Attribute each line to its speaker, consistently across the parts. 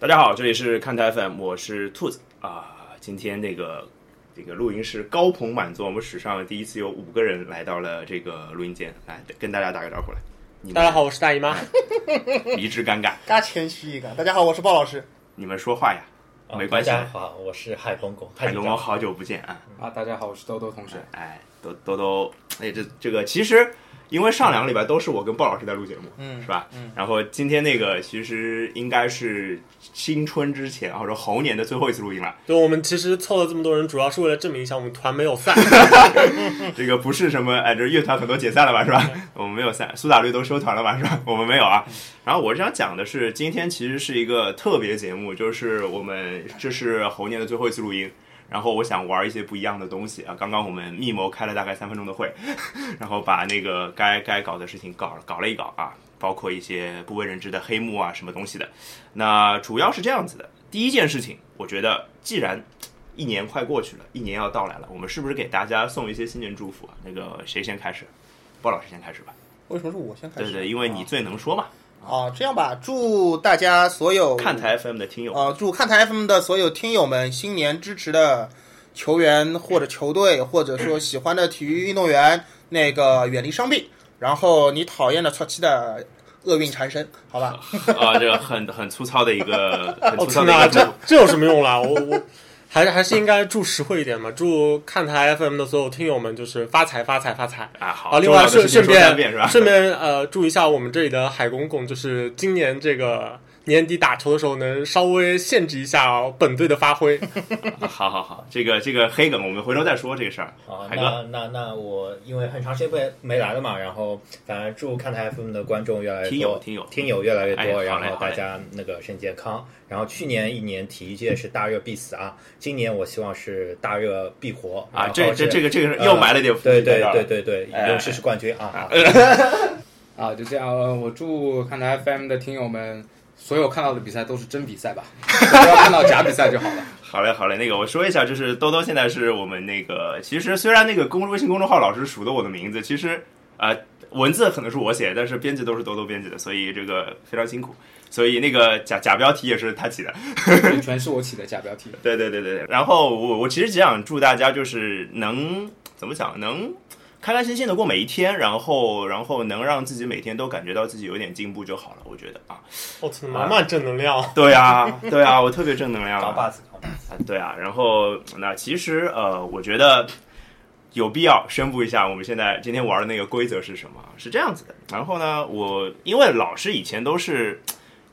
Speaker 1: 大家好，这里是看台 FM，我是兔子啊。今天那个这个录音室高朋满座，我们史上第一次有五个人来到了这个录音间，来跟大家打个招呼来。你们
Speaker 2: 大家好，我是大姨妈。
Speaker 1: 迷之尴尬，
Speaker 3: 嘎谦虚一个。大家好，我是鲍老师。
Speaker 1: 你们说话呀，
Speaker 4: 哦
Speaker 1: 没关系。
Speaker 2: 大家好，我是海鹏狗。
Speaker 1: 海龙王好久不见啊！
Speaker 5: 啊，大家好，我是兜兜同学。
Speaker 1: 哎，都都都，哎，这这个其实因为上两个礼拜都是我跟鲍老师在录节目，
Speaker 3: 嗯
Speaker 1: 是吧？嗯。然后今天那个其实应该是新春之前，或者说猴年的最后一次录音了。
Speaker 2: 对，我们其实凑了这么多人，主要是为了证明一下我们团没有散。
Speaker 1: 这个不是什么，哎，这乐团很多解散了吧，是吧？我们没有散，苏打绿都收团了吧，是吧？我们没有啊。然后我想讲的是，今天其实是一个特别节目，就是我们这是猴年的最后一次录音。然后我想玩一些不一样的东西啊！刚刚我们密谋开了大概三分钟的会， 然后把那个该该搞的事情搞搞了一搞啊，包括一些不为人知的黑幕啊，什么东西的。那主要是这样子的，第一件事情，我觉得既然一年快过去了，一年要到来了，我们是不是给大家送一些新年祝福啊？那个谁先开始？鲍老师先开始吧。
Speaker 3: 为什么是我先开
Speaker 1: 对
Speaker 3: 始？
Speaker 1: 对对，因为你最能说嘛。
Speaker 2: 嗯
Speaker 3: 啊，这样吧，祝大家所有
Speaker 1: 看台 FM 的听友，
Speaker 3: 啊，祝看台 FM 的所有听友们新年支持的球员或者球队，或者说喜欢的 体育运动员，那个远离伤病，然后你讨厌的错期的厄运缠身，好吧？
Speaker 1: 啊，这个很很粗糙的一个，很粗
Speaker 2: 我
Speaker 1: 糙
Speaker 2: 天
Speaker 1: 的
Speaker 2: 哪，
Speaker 1: 一个
Speaker 2: 这这有什么用啦？我我还是还是应该祝实惠一点嘛，祝看台 FM 的所有听友们就是发财发财发财。
Speaker 1: 啊，好。
Speaker 2: 啊，另
Speaker 1: 重
Speaker 2: 外
Speaker 1: 要
Speaker 2: 顺
Speaker 1: 的事情
Speaker 2: 顺
Speaker 1: 说三遍
Speaker 2: 便
Speaker 1: 是吧？
Speaker 2: 顺便呃，祝一下我们这里的海公公，就是今年这个年底打球的时候能稍微限制一下本队的发挥。
Speaker 1: 好好好，这个这个黑梗我们回头再说这个事儿。
Speaker 2: 哦
Speaker 4: 啊，
Speaker 1: 海哥，
Speaker 4: 那那那我因为很长时间不没来了嘛，然后反正祝看台 FM 的观众越来越多，
Speaker 1: 听友听友
Speaker 4: 听友越来越
Speaker 1: 哎好
Speaker 4: 多，
Speaker 1: 嘞
Speaker 4: 然后
Speaker 1: 好嘞
Speaker 4: 大家那个身体健康。然后去年一年体育界是大热必死啊，今年我希望是大热必活
Speaker 1: 啊，
Speaker 2: 哦
Speaker 1: 这这这
Speaker 4: 个
Speaker 1: 个这个
Speaker 4: 呃
Speaker 1: 又埋了点伏笔
Speaker 4: 对
Speaker 1: 在
Speaker 4: 对
Speaker 1: 这儿
Speaker 4: 对对对，
Speaker 1: 哎
Speaker 4: 勇士是冠军啊！好
Speaker 5: 啊，就这样，呃我祝看台 FM 的听友们，所有看到的比赛都是真比赛吧，不要看到假比赛就好了。
Speaker 1: 好嘞，好嘞，那个我说一下，就是兜兜现在是我们那个，其实虽然那个公微信公众号老是数的我的名字，其实呃文字可能是我写，但是编辑都是兜兜编辑的，所以这个非常辛苦。所以那个假假标题也是他起的，
Speaker 5: 全全是我起的假标题。
Speaker 1: 对对对对对。然后我我其实只想祝大家就是能怎么讲，能开开心心的过每一天，然后然后能让自己每天都感觉到自己有点进步就好了，我觉得啊，
Speaker 2: 我操，满满正能量。
Speaker 1: 对啊对啊，我特别正能量啊，
Speaker 4: 搞把子，搞把子
Speaker 1: 啊，对啊，然后那其实呃，我觉得有必要宣布一下，我们现在今天玩的那个规则是什么？是这样子的。然后呢，我因为老师以前都是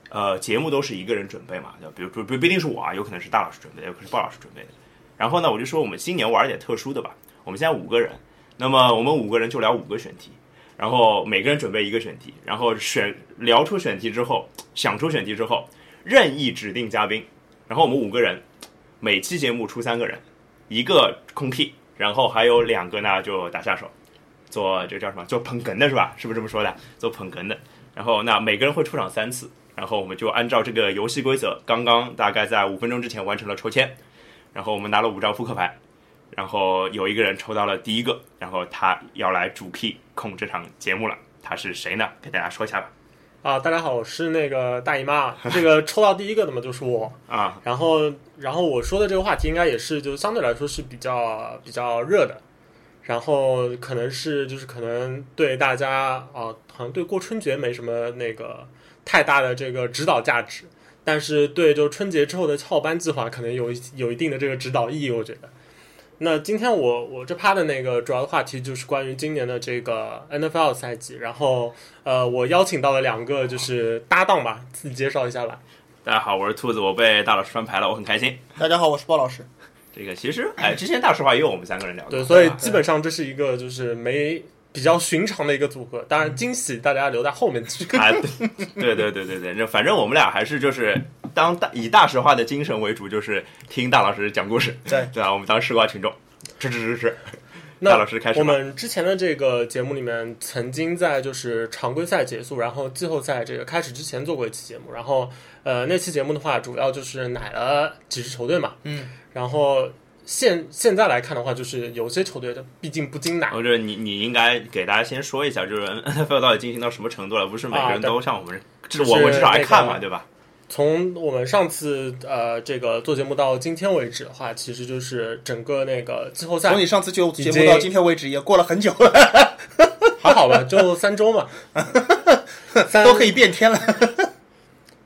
Speaker 1: 呃节目都是一个人准备嘛，就比如不不不一定是我啊，有可能是大老师准备的，有可能是鲍老师准备的。然后呢，我就说我们新年玩一点特殊的吧。我们现在五个人，那么我们五个人就聊五个选题，然后每个人准备一个选题，然后选聊出选题之后，想出选题之后，任意指定嘉宾。然后我们五个人每期节目出三个人，一个空屁，然后还有两个呢就打下手，做这叫什么？做捧哏的是吧？是不是这么说的？做捧哏的。然后那每个人会出场三次，然后我们就按照这个游戏规则，刚刚大概在五分钟之前完成了抽签，然后我们拿了五张扑克牌，然后有一个人抽到了第一个，然后他要来主 key 控这场节目了，他是谁呢？给大家说一下吧。
Speaker 2: 啊，大家好，我是那个大姨妈。这个抽到第一个的嘛，就是我。
Speaker 1: 啊，
Speaker 2: 然后，然后我说的这个话题应该也是，就相对来说是比较比较热的。然后可能是就是可能对大家啊、好像对过春节没什么那个太大的这个指导价值，但是对就春节之后的翘班计划可能有一有一定的这个指导意义，我觉得。那今天我我这趴的那个主要的话题就是关于今年的这个 NFL 赛季，然后呃，我邀请到了两个就是搭档吧，自己介绍一下吧。
Speaker 1: 大家好，我是兔子，我被大老师翻牌了，我很开心。
Speaker 3: 大家好，我是鲍老师。
Speaker 1: 这个其实，哎，之前大实话也有我们三个人聊的，
Speaker 2: 对，所以
Speaker 1: 吧
Speaker 2: 基本上这是一个就是没比较寻常的一个组合，
Speaker 1: 嗯
Speaker 2: 当然惊喜大家留在后面去 看。
Speaker 1: 啊，对对对对对对，这反正我们俩还是就是当大以大实话的精神为主，就是听大老师讲故事，
Speaker 3: 对
Speaker 1: 对吧？我们当吃瓜群众，吃吃吃吃。大
Speaker 2: 那
Speaker 1: 老师开始吧
Speaker 2: 我们之前的这个节目里面，曾经在就是常规赛结束，然后季后赛这个开始之前做过一期节目，然后呃那期节目的话，主要就是奶了几支球队嘛，
Speaker 3: 嗯，
Speaker 2: 然后现现在来看的话，就是有些球队的毕竟不经奶，
Speaker 1: 我觉得你你应该给大家先说一 下，就是 NFL 到底进行到什么程度了？不是每个
Speaker 2: 啊
Speaker 1: 人
Speaker 2: 对
Speaker 1: 都像我们，这
Speaker 2: 就是
Speaker 1: 我我至少爱
Speaker 2: 那个
Speaker 1: 看嘛，对吧？
Speaker 2: 从我们上次呃这个做节目到今天为止的话，其实就是整个那个季后赛
Speaker 3: 从你上次就节
Speaker 2: 已
Speaker 3: 目
Speaker 2: 经
Speaker 3: 到今天为止，也过了很久了，
Speaker 2: 还好吧，就三周 嘛，三
Speaker 3: 都可以变 天了。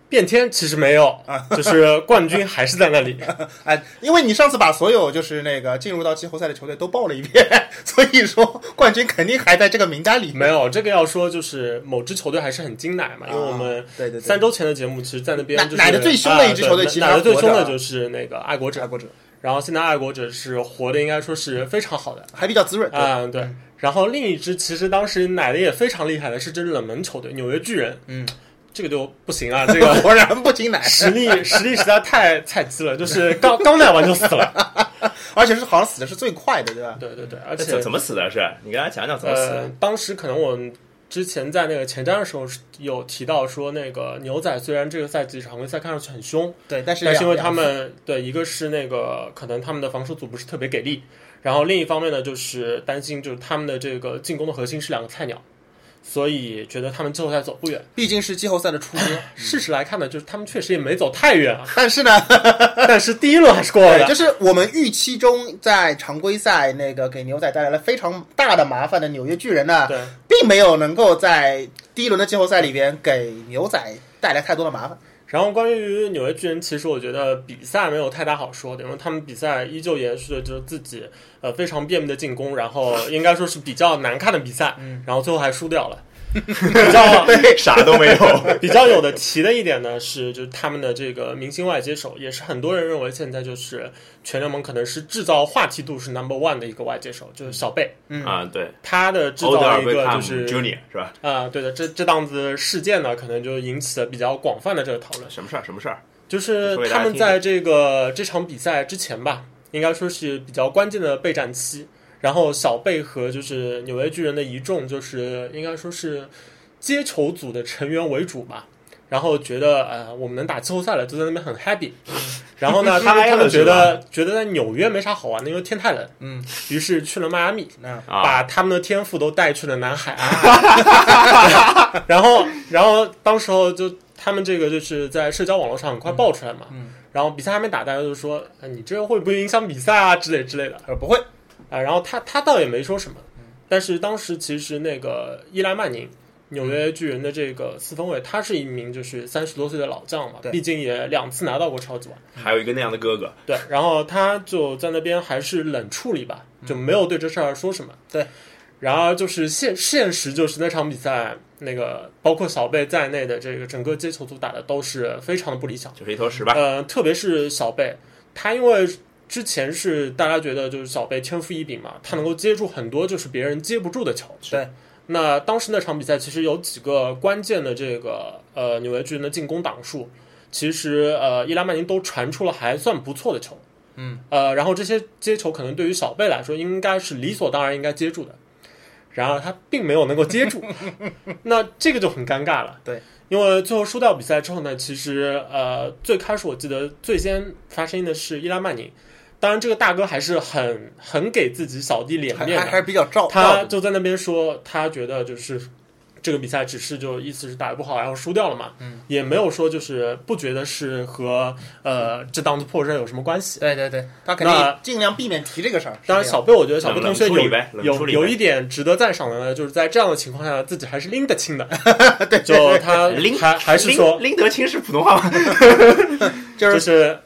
Speaker 2: 变天，其实没有，就是冠军还是在那 里。
Speaker 3: 哎，因为你上次把所有就是那个进入到季后赛的球队都报了一遍， 所以说冠军肯定还在这个名单里。
Speaker 2: 没有这个要说，就是某支球队还是很精奶嘛，因为我们
Speaker 3: 啊对对对
Speaker 2: 三周前的节目，其实，在那边
Speaker 3: 奶
Speaker 2: 就是
Speaker 3: 奶得最凶的一支球
Speaker 2: 啊
Speaker 3: 队
Speaker 2: 对
Speaker 3: 其实
Speaker 2: 奶奶
Speaker 3: 还
Speaker 2: 得最
Speaker 3: 活
Speaker 2: 凶
Speaker 3: 着
Speaker 2: 的
Speaker 3: 啊
Speaker 2: 就是那个爱国者，
Speaker 3: 爱国者
Speaker 2: 然后现在爱国者是活的，应该说是非常好的，
Speaker 3: 还比较滋润，对，
Speaker 2: 嗯，对。然后另一支其实当时奶的也非常厉害的是支冷门球队纽约巨人，
Speaker 3: 嗯，
Speaker 2: 这个就不行啊，这个
Speaker 3: 果然不进奶，
Speaker 2: 实力实力实在太菜鸡了，就是刚刚奶完就死了。
Speaker 3: 而且是好像死的是最快的，对吧？
Speaker 2: 对对对，而
Speaker 1: 那
Speaker 2: 且
Speaker 1: 怎怎么死的？是你跟他讲讲怎么死
Speaker 2: 呃
Speaker 1: 的？，
Speaker 2: 当时可能我们之前在那个前瞻的时候是有提到说，那个牛仔虽然这个赛季常规赛看上去很凶，
Speaker 3: 对，但是
Speaker 2: 但是因为
Speaker 3: 两
Speaker 2: 他们对一个是那个可能他们的防守组不是特别给力，然后另一方面呢就是担心就是他们的这个进攻的核心是两个菜鸟，所以觉得他们季后赛走不远。
Speaker 1: 嗯
Speaker 3: 毕竟是季后赛的 初哥，
Speaker 2: 事实来看呢，就是他们确实也没走太远啊，
Speaker 3: 但是呢，
Speaker 2: 但是第一轮还是过了
Speaker 3: 对，
Speaker 2: 的
Speaker 3: 就。是我们预期中在常规赛那个给牛仔带来了非常大的麻烦的纽约巨人呢，
Speaker 2: 对，
Speaker 3: 并没有能够在第一轮的季后赛里边给牛仔带来太多的麻烦。
Speaker 2: 然后关于纽约巨人，其实我觉得比赛没有太大好说的，因为他们比赛依旧延续的就是自己呃非常便秘的进攻，然后应该说是比较难看的比赛，然后最后还输掉了。比 较
Speaker 1: 啥都没 有。
Speaker 2: 比较有的提的一点呢是，就是他们的这个明星外接手，也是很多人认为现在就是全联盟可能是制造话题度是 number one 的一个外接手，就是小贝，
Speaker 1: 啊，对，
Speaker 2: 他的制
Speaker 1: 欧德
Speaker 2: 造了
Speaker 1: 尔
Speaker 2: 一
Speaker 1: 贝
Speaker 2: 个
Speaker 1: 克
Speaker 2: 就
Speaker 1: 姆
Speaker 2: 是
Speaker 1: Junior 是吧？
Speaker 2: 啊、对的，这这档子事件呢，可能就引起了比较广泛的这个讨论。
Speaker 1: 什么事儿？什么事儿？
Speaker 2: 就是他们在这个这场比赛之前吧，应该说是比较关键的备战期。然后小贝和就是纽约巨人的一众，就是应该说是接球组的成员为主吧。然后觉得呃，我们能打季后赛了，就在那边很 happy。然后呢，他们
Speaker 1: 嗨
Speaker 2: 他
Speaker 1: 了
Speaker 2: 们觉
Speaker 1: 是吧
Speaker 2: 得觉得在纽约没啥好玩的，因为天太冷。
Speaker 3: 嗯，
Speaker 2: 于是去了迈阿密。
Speaker 3: 嗯，
Speaker 1: 啊，
Speaker 2: 把他们的天赋都带去了南海 岸，然后然后当时候就他们这个就是在社交网络上很快爆出来嘛，然后比赛还没打，大家就说、哎、你这个会不会影响比赛啊之类之类的
Speaker 3: 呃，不会，
Speaker 2: 啊，然后他他倒也没说什么，
Speaker 3: 嗯
Speaker 2: 但是当时其实那个伊莱曼宁。纽
Speaker 3: 嗯
Speaker 2: 约巨人的这个四分卫，他是一名就是三十多岁的老将嘛，
Speaker 3: 对
Speaker 2: 毕竟也两次拿到过超级碗。
Speaker 1: 还有一个那样的哥哥，
Speaker 2: 对，然后他就在那边还是冷处理吧，就没有对这事儿说什么。
Speaker 3: 嗯对，
Speaker 2: 然而就是现现实就是那场比赛，那个包括小贝在内的这个整个接球组打的都是非常的不理想。
Speaker 1: 就是一头石吧。
Speaker 2: 呃，特别是小贝，他因为之前是大家觉得就是小贝天赋异禀嘛，他能够接住很多就是别人接不住的球。
Speaker 3: 对。
Speaker 2: 那当时那场比赛其实有几个关键的这个呃纽约巨人的进攻档数，其实呃伊拉曼宁都传出了还算不错的球。
Speaker 3: 嗯，
Speaker 2: 呃，然后这些接球可能对于小贝来说应该是理所当然应该接住的，然而他并没有能够接 住，那这个就很尴尬了。
Speaker 3: 对，
Speaker 2: 因为最后输掉比赛之后呢，其实呃，最开始我记得最先发声音的是伊拉曼宁，当然这个大哥还是很很给自己小弟脸
Speaker 3: 还
Speaker 2: 面
Speaker 3: 还还
Speaker 2: 的，
Speaker 3: 是比较照
Speaker 2: 他
Speaker 3: 照
Speaker 2: 就在那边说他觉得就是。这个比赛只是就意思是打得不好，然后输掉了嘛，嗯，也没有说就是不觉得是和呃这档子破事儿有什么关系，
Speaker 3: 对对对，他肯
Speaker 2: 那
Speaker 3: 定尽量避免提这个事儿。
Speaker 2: 当然，
Speaker 3: 是这
Speaker 2: 小
Speaker 3: 样
Speaker 2: 贝，我觉得小贝同学
Speaker 1: 哎冷处理
Speaker 2: 有
Speaker 1: 呗冷处
Speaker 2: 有
Speaker 1: 理
Speaker 2: 有
Speaker 1: 呗
Speaker 2: 一点值得赞赏的呢，就是在这样的情况下，自己还是拎得 清的。
Speaker 3: 对对
Speaker 2: 就
Speaker 3: 对，
Speaker 2: 他
Speaker 1: 拎
Speaker 2: 呃还还是
Speaker 1: 拎
Speaker 2: 说，
Speaker 1: 拎得清是普通话吗？
Speaker 3: 就
Speaker 2: 就是是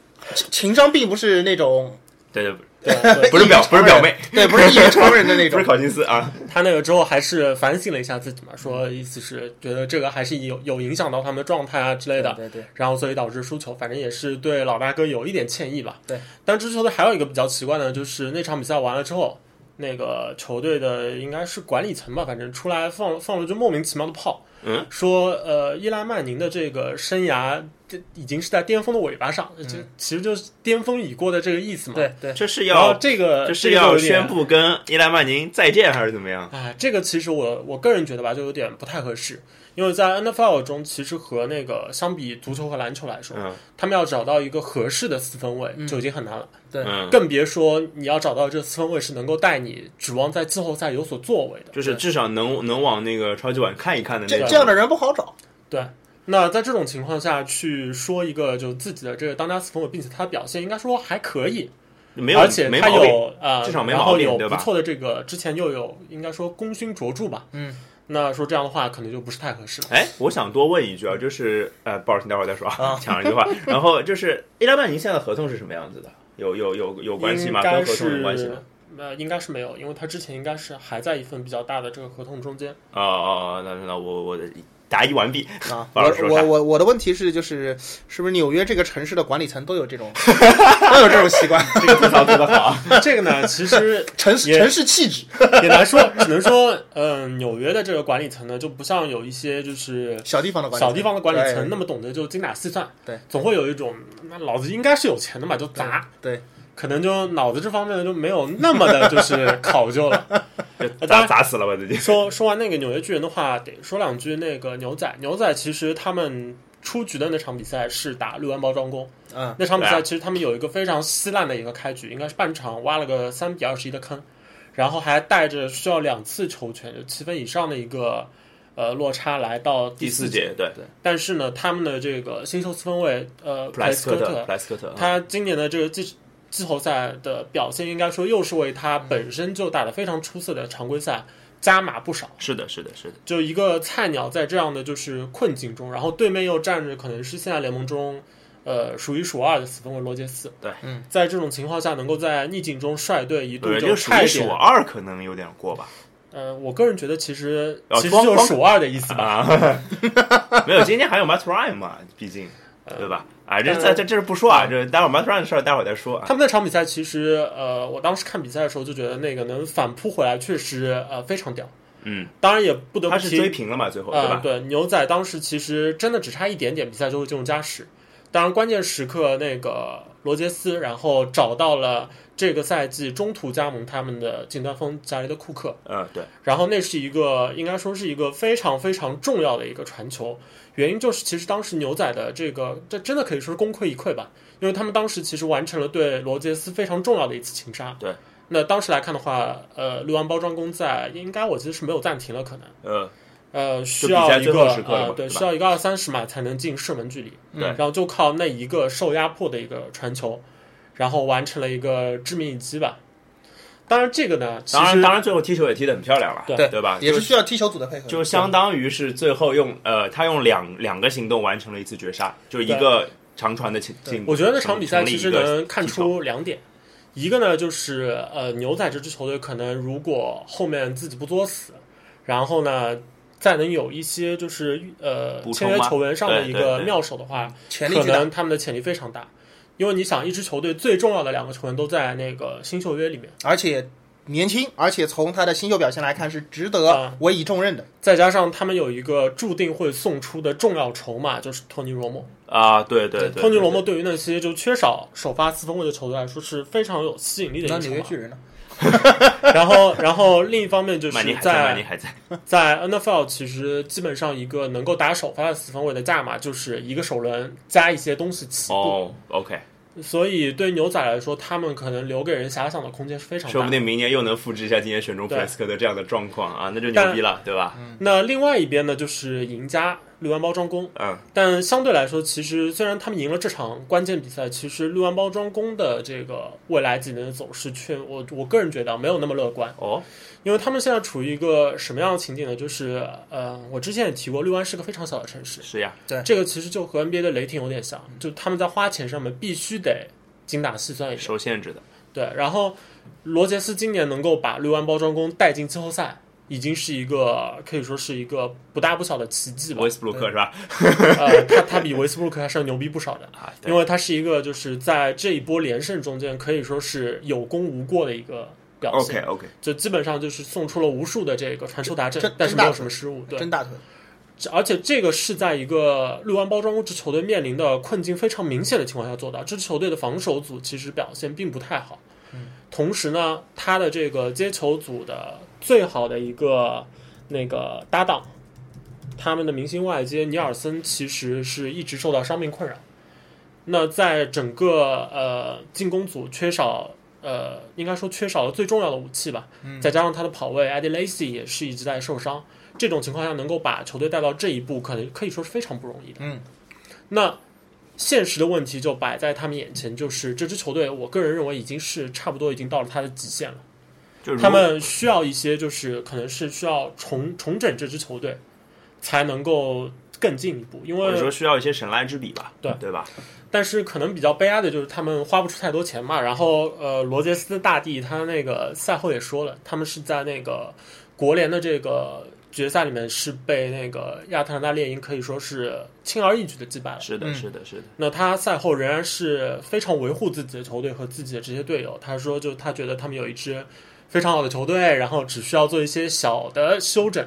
Speaker 3: 情情商并不是那种，
Speaker 1: 对对，
Speaker 2: 对对
Speaker 1: 不是表不是表妹，
Speaker 3: 对，不是异于常人的那
Speaker 1: 不
Speaker 3: 种
Speaker 1: 是。考辛斯啊。
Speaker 2: 他那个之后还是反省了一下自己嘛，说意思是觉得这个还是有有影响到他们的状态啊之类的，
Speaker 3: 对对，
Speaker 2: 然后所以导致输球，反正也是对老大哥有一点歉意吧。
Speaker 3: 对，
Speaker 2: 但这支球队还有一个比较奇怪的，就是那场比赛完了之后，那个球队的应该是管理层吧，反正出来放放了就莫名其妙的炮，
Speaker 1: 嗯，
Speaker 2: 说呃伊莱曼宁的这个生涯这已经是在巅峰的尾巴上，
Speaker 1: 嗯
Speaker 2: 这、其实就是巅峰已过的这个意思嘛。
Speaker 3: 对，对，
Speaker 1: 这是
Speaker 2: 然后
Speaker 1: 要
Speaker 2: 这个
Speaker 1: 这是
Speaker 2: 个就
Speaker 1: 要
Speaker 2: 有点
Speaker 1: 宣布跟伊莱曼宁再见还是怎么样？
Speaker 2: 哎，这个其实我我个人觉得吧，就有点不太合适，因为在 NFL 中，其实和那个相比足球和篮球来说，
Speaker 1: 嗯
Speaker 2: 他们要找到一个合适的四分位就已经很难了，
Speaker 3: 对
Speaker 1: 嗯，
Speaker 2: 更别说你要找到这四分位是能够带你指望在季后赛有所作为的。
Speaker 1: 就是至少能能往那个超级碗看一看的
Speaker 3: 这
Speaker 1: 那
Speaker 3: 这样
Speaker 1: 种。
Speaker 3: 的人不好找。
Speaker 2: 对，那在这种情况下去说一个就自己的这个当家死忠，并且他的表现应该说还可以，
Speaker 1: 没有，
Speaker 2: 而且
Speaker 1: 没
Speaker 2: 他
Speaker 1: 毛病。
Speaker 2: 有啊，呃
Speaker 1: 至少没
Speaker 2: 然
Speaker 1: 毛
Speaker 2: 后
Speaker 1: 病
Speaker 2: 有
Speaker 1: 对
Speaker 2: 不
Speaker 1: 吧
Speaker 2: 错的这个，之前又有应该说功勋卓著吧，
Speaker 3: 嗯，
Speaker 2: 那说这样的话可能就不是太合适了。
Speaker 1: 哎，我想多问一句啊，就是呃，不好意思，你待会儿再说
Speaker 3: 啊
Speaker 1: 啊，抢了一句话。然后就是伊拉曼宁现在的合同是什么样子的？有有有有关系吗？
Speaker 2: 应该
Speaker 1: 跟
Speaker 2: 是
Speaker 1: 合同有关系吗？
Speaker 2: 呃，应该是没有，因为他之前应该是还在一份比较大的这个合同 中间。
Speaker 1: 哦哦，哦那那我我的答疑完毕。
Speaker 3: 啊，
Speaker 1: 不好
Speaker 3: 我
Speaker 1: 说啥
Speaker 3: 我我我的问题是，就是是不是纽约这个城市的管理层都有这 种都有这种习惯，
Speaker 1: 这个吐槽做得好，
Speaker 2: 这个呢，其实
Speaker 3: 城市
Speaker 2: 也
Speaker 3: 城市气质，
Speaker 2: 也难说，只能说，嗯、纽约的这个管理层呢，就不像有一些就是
Speaker 3: 小地方的管理层，
Speaker 2: 小地方的管理层
Speaker 3: 对
Speaker 2: 那么懂得就精打细算，
Speaker 3: 对，
Speaker 2: 总会有一种那老子应该是有钱的嘛，就砸，
Speaker 3: 对，
Speaker 2: 可能就脑子这方面就没有那么的就是考究了。 呃当
Speaker 1: 砸
Speaker 2: 然，
Speaker 1: 砸死了吧自己。
Speaker 2: 说说完那个纽约巨人的话，得说两句那个牛仔，牛仔其实他们。出局的那场比赛是打六安包装工，
Speaker 3: 嗯，
Speaker 2: 那场比
Speaker 1: 对
Speaker 2: 赛
Speaker 1: 啊
Speaker 2: 其实他们有一个非常稀烂的一个开局，应该是半场挖了个三比二十一的坑，然后还带着需要两次球权，就七分以上的一个呃落差来到第
Speaker 1: 第四
Speaker 2: 四
Speaker 1: 节对，
Speaker 2: 但是呢，他们的这个新秀四分卫呃
Speaker 1: 普
Speaker 2: 普
Speaker 1: 莱
Speaker 2: 莱
Speaker 1: 斯
Speaker 2: 斯
Speaker 1: 科特，
Speaker 2: 科特
Speaker 1: 普，莱斯科特，嗯
Speaker 2: 他今年的这个季季后赛的表现，应该说又是为他本身就打得非常出色的常规赛加码不少。
Speaker 1: 是的，是的，是的，
Speaker 2: 就一个菜鸟在这样的就是困境中，然后对面又站着可能是现在联盟中。呃，数一数二的四分卫罗杰斯，
Speaker 1: 对，
Speaker 3: 嗯
Speaker 2: 在这种情况下，能够在逆境中率队一度
Speaker 1: 对，这
Speaker 2: 就
Speaker 1: 个数
Speaker 2: 差
Speaker 1: 一
Speaker 2: 一
Speaker 1: 数
Speaker 2: 点，
Speaker 1: 二可能有点过吧。
Speaker 2: 呃，我个人觉得其实
Speaker 1: 哦
Speaker 2: 其实
Speaker 1: 光
Speaker 2: 就是
Speaker 1: 光
Speaker 2: 数二的意思吧，
Speaker 1: 啊， 没有，今天还有 Matt Ryan 嘛，毕竟
Speaker 2: 呃
Speaker 1: 对吧？啊，这这这这是不说啊，这待会儿 Matt Ryan 的事儿待会儿再说啊。
Speaker 2: 他们那场比赛其实，呃，我当时看比赛的时候就觉得那个能反扑回来，确实呃非常屌。
Speaker 1: 嗯，
Speaker 2: 当然也不得不
Speaker 1: 他
Speaker 2: 提，
Speaker 1: 是追平了嘛，最后对
Speaker 2: 呃，
Speaker 1: 吧？
Speaker 2: 对，牛仔当时其实真的只差一点点，比赛就会进入加时。当然，关键时刻那个罗杰斯，然后找到了这个赛季中途加盟他们的近端锋加雷德库克，
Speaker 1: 嗯，对，
Speaker 2: 然后那是一个应该说是一个非常非常重要的一个传球，原因就是其实当时牛仔的这个这真的可以说是功亏一篑吧，因为他们当时其实完成了对罗杰斯非常重要的一次擒杀。
Speaker 1: 对，
Speaker 2: 那当时来看的话，呃，六安包装工在应该我记得是没有暂停了，可能
Speaker 1: 呃，
Speaker 2: 呃
Speaker 1: 就
Speaker 2: 需
Speaker 1: 比
Speaker 2: 要
Speaker 1: 赛
Speaker 2: 一
Speaker 1: 最
Speaker 2: 个
Speaker 1: 后时刻了
Speaker 2: 呃
Speaker 1: 嘛
Speaker 2: 对
Speaker 1: 对吧
Speaker 2: 需要一个二三十码才能进射门距离，
Speaker 1: 对
Speaker 2: 然后就靠那一个受压迫的一个传球，然后完成了一个致命一击吧。当然，这个呢，其
Speaker 1: 当然
Speaker 2: 实
Speaker 1: 当然，最后踢球也踢得很漂亮了，
Speaker 2: 对
Speaker 1: 对吧？
Speaker 3: 也
Speaker 1: 就是
Speaker 3: 需要踢球组的配合，
Speaker 1: 就相当于是最后用呃，他用两两个行动完成了一次绝杀，就一个长传的进进。
Speaker 2: 我觉得那场比赛
Speaker 1: 成立
Speaker 2: 其
Speaker 1: 一
Speaker 2: 实
Speaker 1: 个
Speaker 2: 能看
Speaker 1: 踢球
Speaker 2: 出两点，一个呢就是呃牛仔这支球队可能如果后面自己不作死，然后呢再能有一些就是呃
Speaker 1: 补充
Speaker 2: 签约
Speaker 1: 吗
Speaker 2: 球员上的
Speaker 1: 对
Speaker 2: 一
Speaker 1: 对
Speaker 2: 个
Speaker 1: 对
Speaker 2: 妙手的话，
Speaker 3: 潜力
Speaker 2: 可
Speaker 3: 巨大，
Speaker 2: 能他们的潜力非常大。因为你想，一支球队最重要的两个球员都在那个新秀约里面，
Speaker 3: 而且年轻，而且从他的新秀表现来看是值得
Speaker 2: 啊
Speaker 3: 委以重任的。
Speaker 2: 再加上他们有一个注定会送出的重要筹码，就是托尼罗莫。
Speaker 1: 啊，对对对，
Speaker 2: 托尼
Speaker 1: 对
Speaker 2: 罗莫对于那些就缺少首发四分卫的球队来说是非常有吸引力的一
Speaker 3: 那
Speaker 2: 个筹
Speaker 3: 纽约
Speaker 2: 码。
Speaker 3: 巨人呢？
Speaker 2: 然后，然后另一方面就是
Speaker 1: 曼尼还在，曼尼
Speaker 2: 在
Speaker 1: 还在，
Speaker 2: 在 NFL 其实基本上一个能够打首发的四分卫的价码就是一个首轮加一些东西起步，
Speaker 1: 哦，OK，
Speaker 2: 所以对牛仔来说，他们可能留给人遐想的空间是非常
Speaker 1: 说不
Speaker 2: 大的。
Speaker 1: 定明年又能复制一下今年选中弗
Speaker 2: 对
Speaker 1: 莱斯科的这样的状况啊，那就牛逼了，对吧？
Speaker 2: 那另外一边呢，就是赢家绿湾包装工，
Speaker 1: 嗯，
Speaker 2: 但相对来说，其实虽然他们赢了这场关键比赛，其实绿湾包装工的这个未来几年的走势却，我我个人觉得没有那么乐观。
Speaker 1: 哦，
Speaker 2: 因为他们现在处于一个什么样的情景呢？就是呃，我之前也提过，绿湾是个非常小的城市，
Speaker 1: 是呀，
Speaker 2: 这个其实就和 NBA 的雷霆有点像，就他们在花钱上面必须得精打细算一点。
Speaker 1: 受限制的，
Speaker 2: 对，然后罗杰斯今年能够把绿湾包装工带进季后赛，已经是一个可以说是一个不大不小的奇迹吧
Speaker 1: 威。斯布鲁克是吧？
Speaker 2: 呃，他他比维斯布鲁克还是要牛逼不少的，
Speaker 1: 啊，对
Speaker 2: 因为他是一个就是在这一波连胜中间可以说是有功无过的一个表现。
Speaker 1: ，OK OK，
Speaker 2: 就基本上就是送出了无数的这个传球达
Speaker 3: 真
Speaker 2: 阵
Speaker 3: 真，
Speaker 2: 但是没有什么失误。对
Speaker 3: 真，大腿，
Speaker 2: 而且这个是在一个绿湾包装工这球队面临的困境非常明显的情况下做到。这支球队的防守组其实表现并不太好，同时呢，他的这个接球组的最好的一个那个搭档，他们的明星外接尼尔森其实是一直受到伤病困扰。那在整个呃进攻组缺少呃，应该说缺少了最重要的武器吧，再加上他的跑位 a d i l a c y 也是一直在受伤，这种情况下能够把球队带到这一步，可能可以说是非常不容易的。
Speaker 3: 嗯，
Speaker 2: 那现实的问题就摆在他们眼前，就是这支球队，我个人认为已经是差不多已经到了它的极限了。
Speaker 1: 就如
Speaker 2: 他们需要一些，就是可能是需要重重整这支球队，才能够更进一步。因
Speaker 1: 或者说
Speaker 2: 为
Speaker 1: 需要一些神来之笔吧，
Speaker 2: 对
Speaker 1: 对吧？
Speaker 2: 但是可能比较悲哀的就是他们花不出太多钱嘛。然后呃，罗杰斯大帝他那个赛后也说了，他们是在那个国联的这个决赛里面是被那个亚特兰大猎鹰可以说是轻而易举的击败了。
Speaker 1: 是的，
Speaker 3: 嗯
Speaker 1: 是的，是的，
Speaker 2: 那他赛后仍然是非常维护自己的球队和自己的这些队友。他说，就他觉得他们有一支非常好的球队，然后只需要做一些小的修整，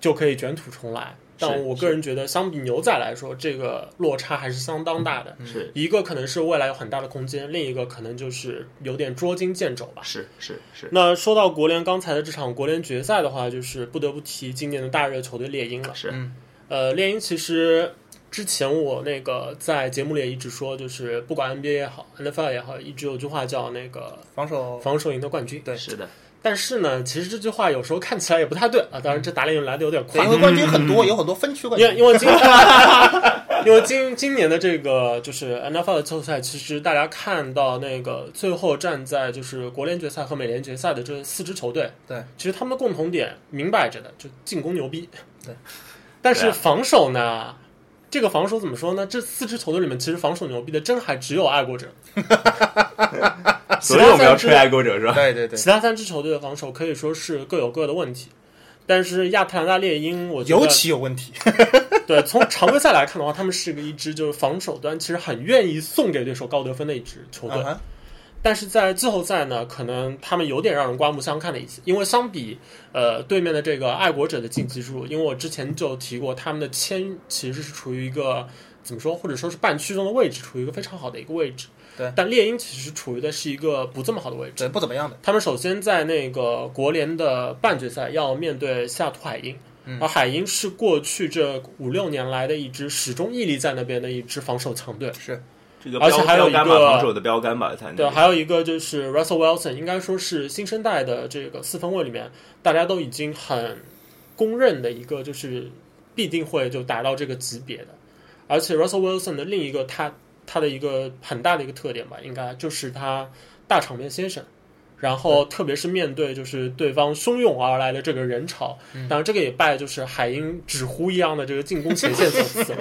Speaker 2: 就可以卷土重来。但
Speaker 1: 是
Speaker 2: 我个人觉得，相比牛仔来说，这个落差还是相当大的。
Speaker 1: 嗯是
Speaker 2: 一个可能是未来有很大的空间，另一个可能就是有点捉襟见肘吧。
Speaker 1: 是是是
Speaker 2: 那说到国联刚才的这场国联决赛的话，就是不得不提今年的大热球队猎鹰了。
Speaker 1: 是，
Speaker 3: 嗯
Speaker 2: 呃，猎鹰其实之前我那个在节目里也一直说，就是不管 NBA 也好，NFL 也好，一直有句话叫那个
Speaker 3: 防守
Speaker 2: 防守赢得冠军。
Speaker 3: 对
Speaker 1: 是的，
Speaker 2: 但是呢，其实这句话有时候看起来也不太对啊。当然，这打脸来的有点
Speaker 3: 对
Speaker 2: 快
Speaker 3: 因，为冠军很多，有很多分区
Speaker 2: 嗯
Speaker 3: 冠
Speaker 2: 因
Speaker 3: 军
Speaker 2: 为。因为今 因为今今年的这个就是 NFL 的球赛，其实大家看到那个最后站在就是国联决赛和美联决赛的这四支球队，
Speaker 3: 对，
Speaker 2: 其实他们的共同点明摆着的，就进攻牛逼，
Speaker 3: 对，
Speaker 2: 但
Speaker 1: 对
Speaker 2: 是
Speaker 1: 啊
Speaker 2: 防守呢？这个防守怎么说呢？这四支球队里面，其实防守牛逼的真还只有爱国者，啊
Speaker 1: 所以我们要
Speaker 2: 其
Speaker 1: 吹
Speaker 2: 他三支
Speaker 1: 爱国者是吧？
Speaker 3: 对对对，
Speaker 2: 其他三支球队的防守可以说是各有各的问题。但是亚特兰大猎鹰，我觉得
Speaker 3: 尤其有问题。
Speaker 2: 对，从常规赛来看的话，他们是个一支就是防守端其实很愿意送给对手高得分的一支球队，
Speaker 3: 嗯哼
Speaker 2: 但是在季后赛呢，可能他们有点让人刮目相看的意思，因为相比呃对面的这个爱国者的晋级之路，因为我之前就提过，他们的签其实是处于一个怎么说，或者说是半区中的位置，处于一个非常好的一个位置。
Speaker 3: 对
Speaker 2: 但猎鹰其实处于的是一个不这么好的位置
Speaker 3: 对，。不怎么样的。
Speaker 2: 他们首先在那个国联的半决赛要面对西雅图海鹰，而海鹰是过去这五六年来的一支始终屹立在那边的一支防守强队。
Speaker 3: 是，
Speaker 1: 这个
Speaker 2: 而且
Speaker 1: 标
Speaker 2: 还有
Speaker 1: 标杆
Speaker 2: 一个
Speaker 1: 吧，防守的标杆吧，才能
Speaker 2: 对，还有一个就是 Russell Wilson，应该说是新生代的这个四分卫里面，大家都已经很公认的一个，就是必定会就达到这个级别的。而且 Russell Wilson 的另一个他他的一个很大的一个特点吧，应该就是他大场面先生。然后，特别是面对就是对方汹涌而来的这个人潮，当然这个也拜就是海鹰纸糊一样的这个进攻前线所赐。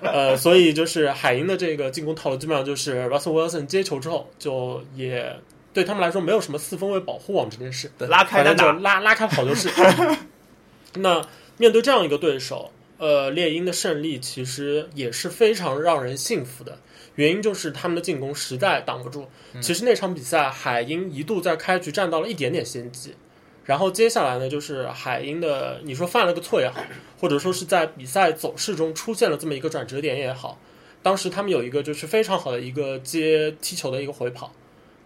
Speaker 2: 呃，所以就是海鹰的这个进攻套路，基本上就是 Russell Wilson 接球之后，就也对他们来说没有什么四分卫保护网这件事，
Speaker 1: 拉开
Speaker 2: 反
Speaker 1: 单
Speaker 2: 正就
Speaker 1: 打，
Speaker 2: 拉拉开跑就是。那面对这样一个对手，呃，猎鹰的胜利其实也是非常让人信服的。原因就是他们的进攻实在挡不住。其实那场比赛，海鹰一度在开局占到了一点点先机，然后接下来呢，就是海鹰的，你说犯了个错也好，或者说是在比赛走势中出现了这么一个转折点也好，当时他们有一个就是非常好的一个接踢球的一个回跑，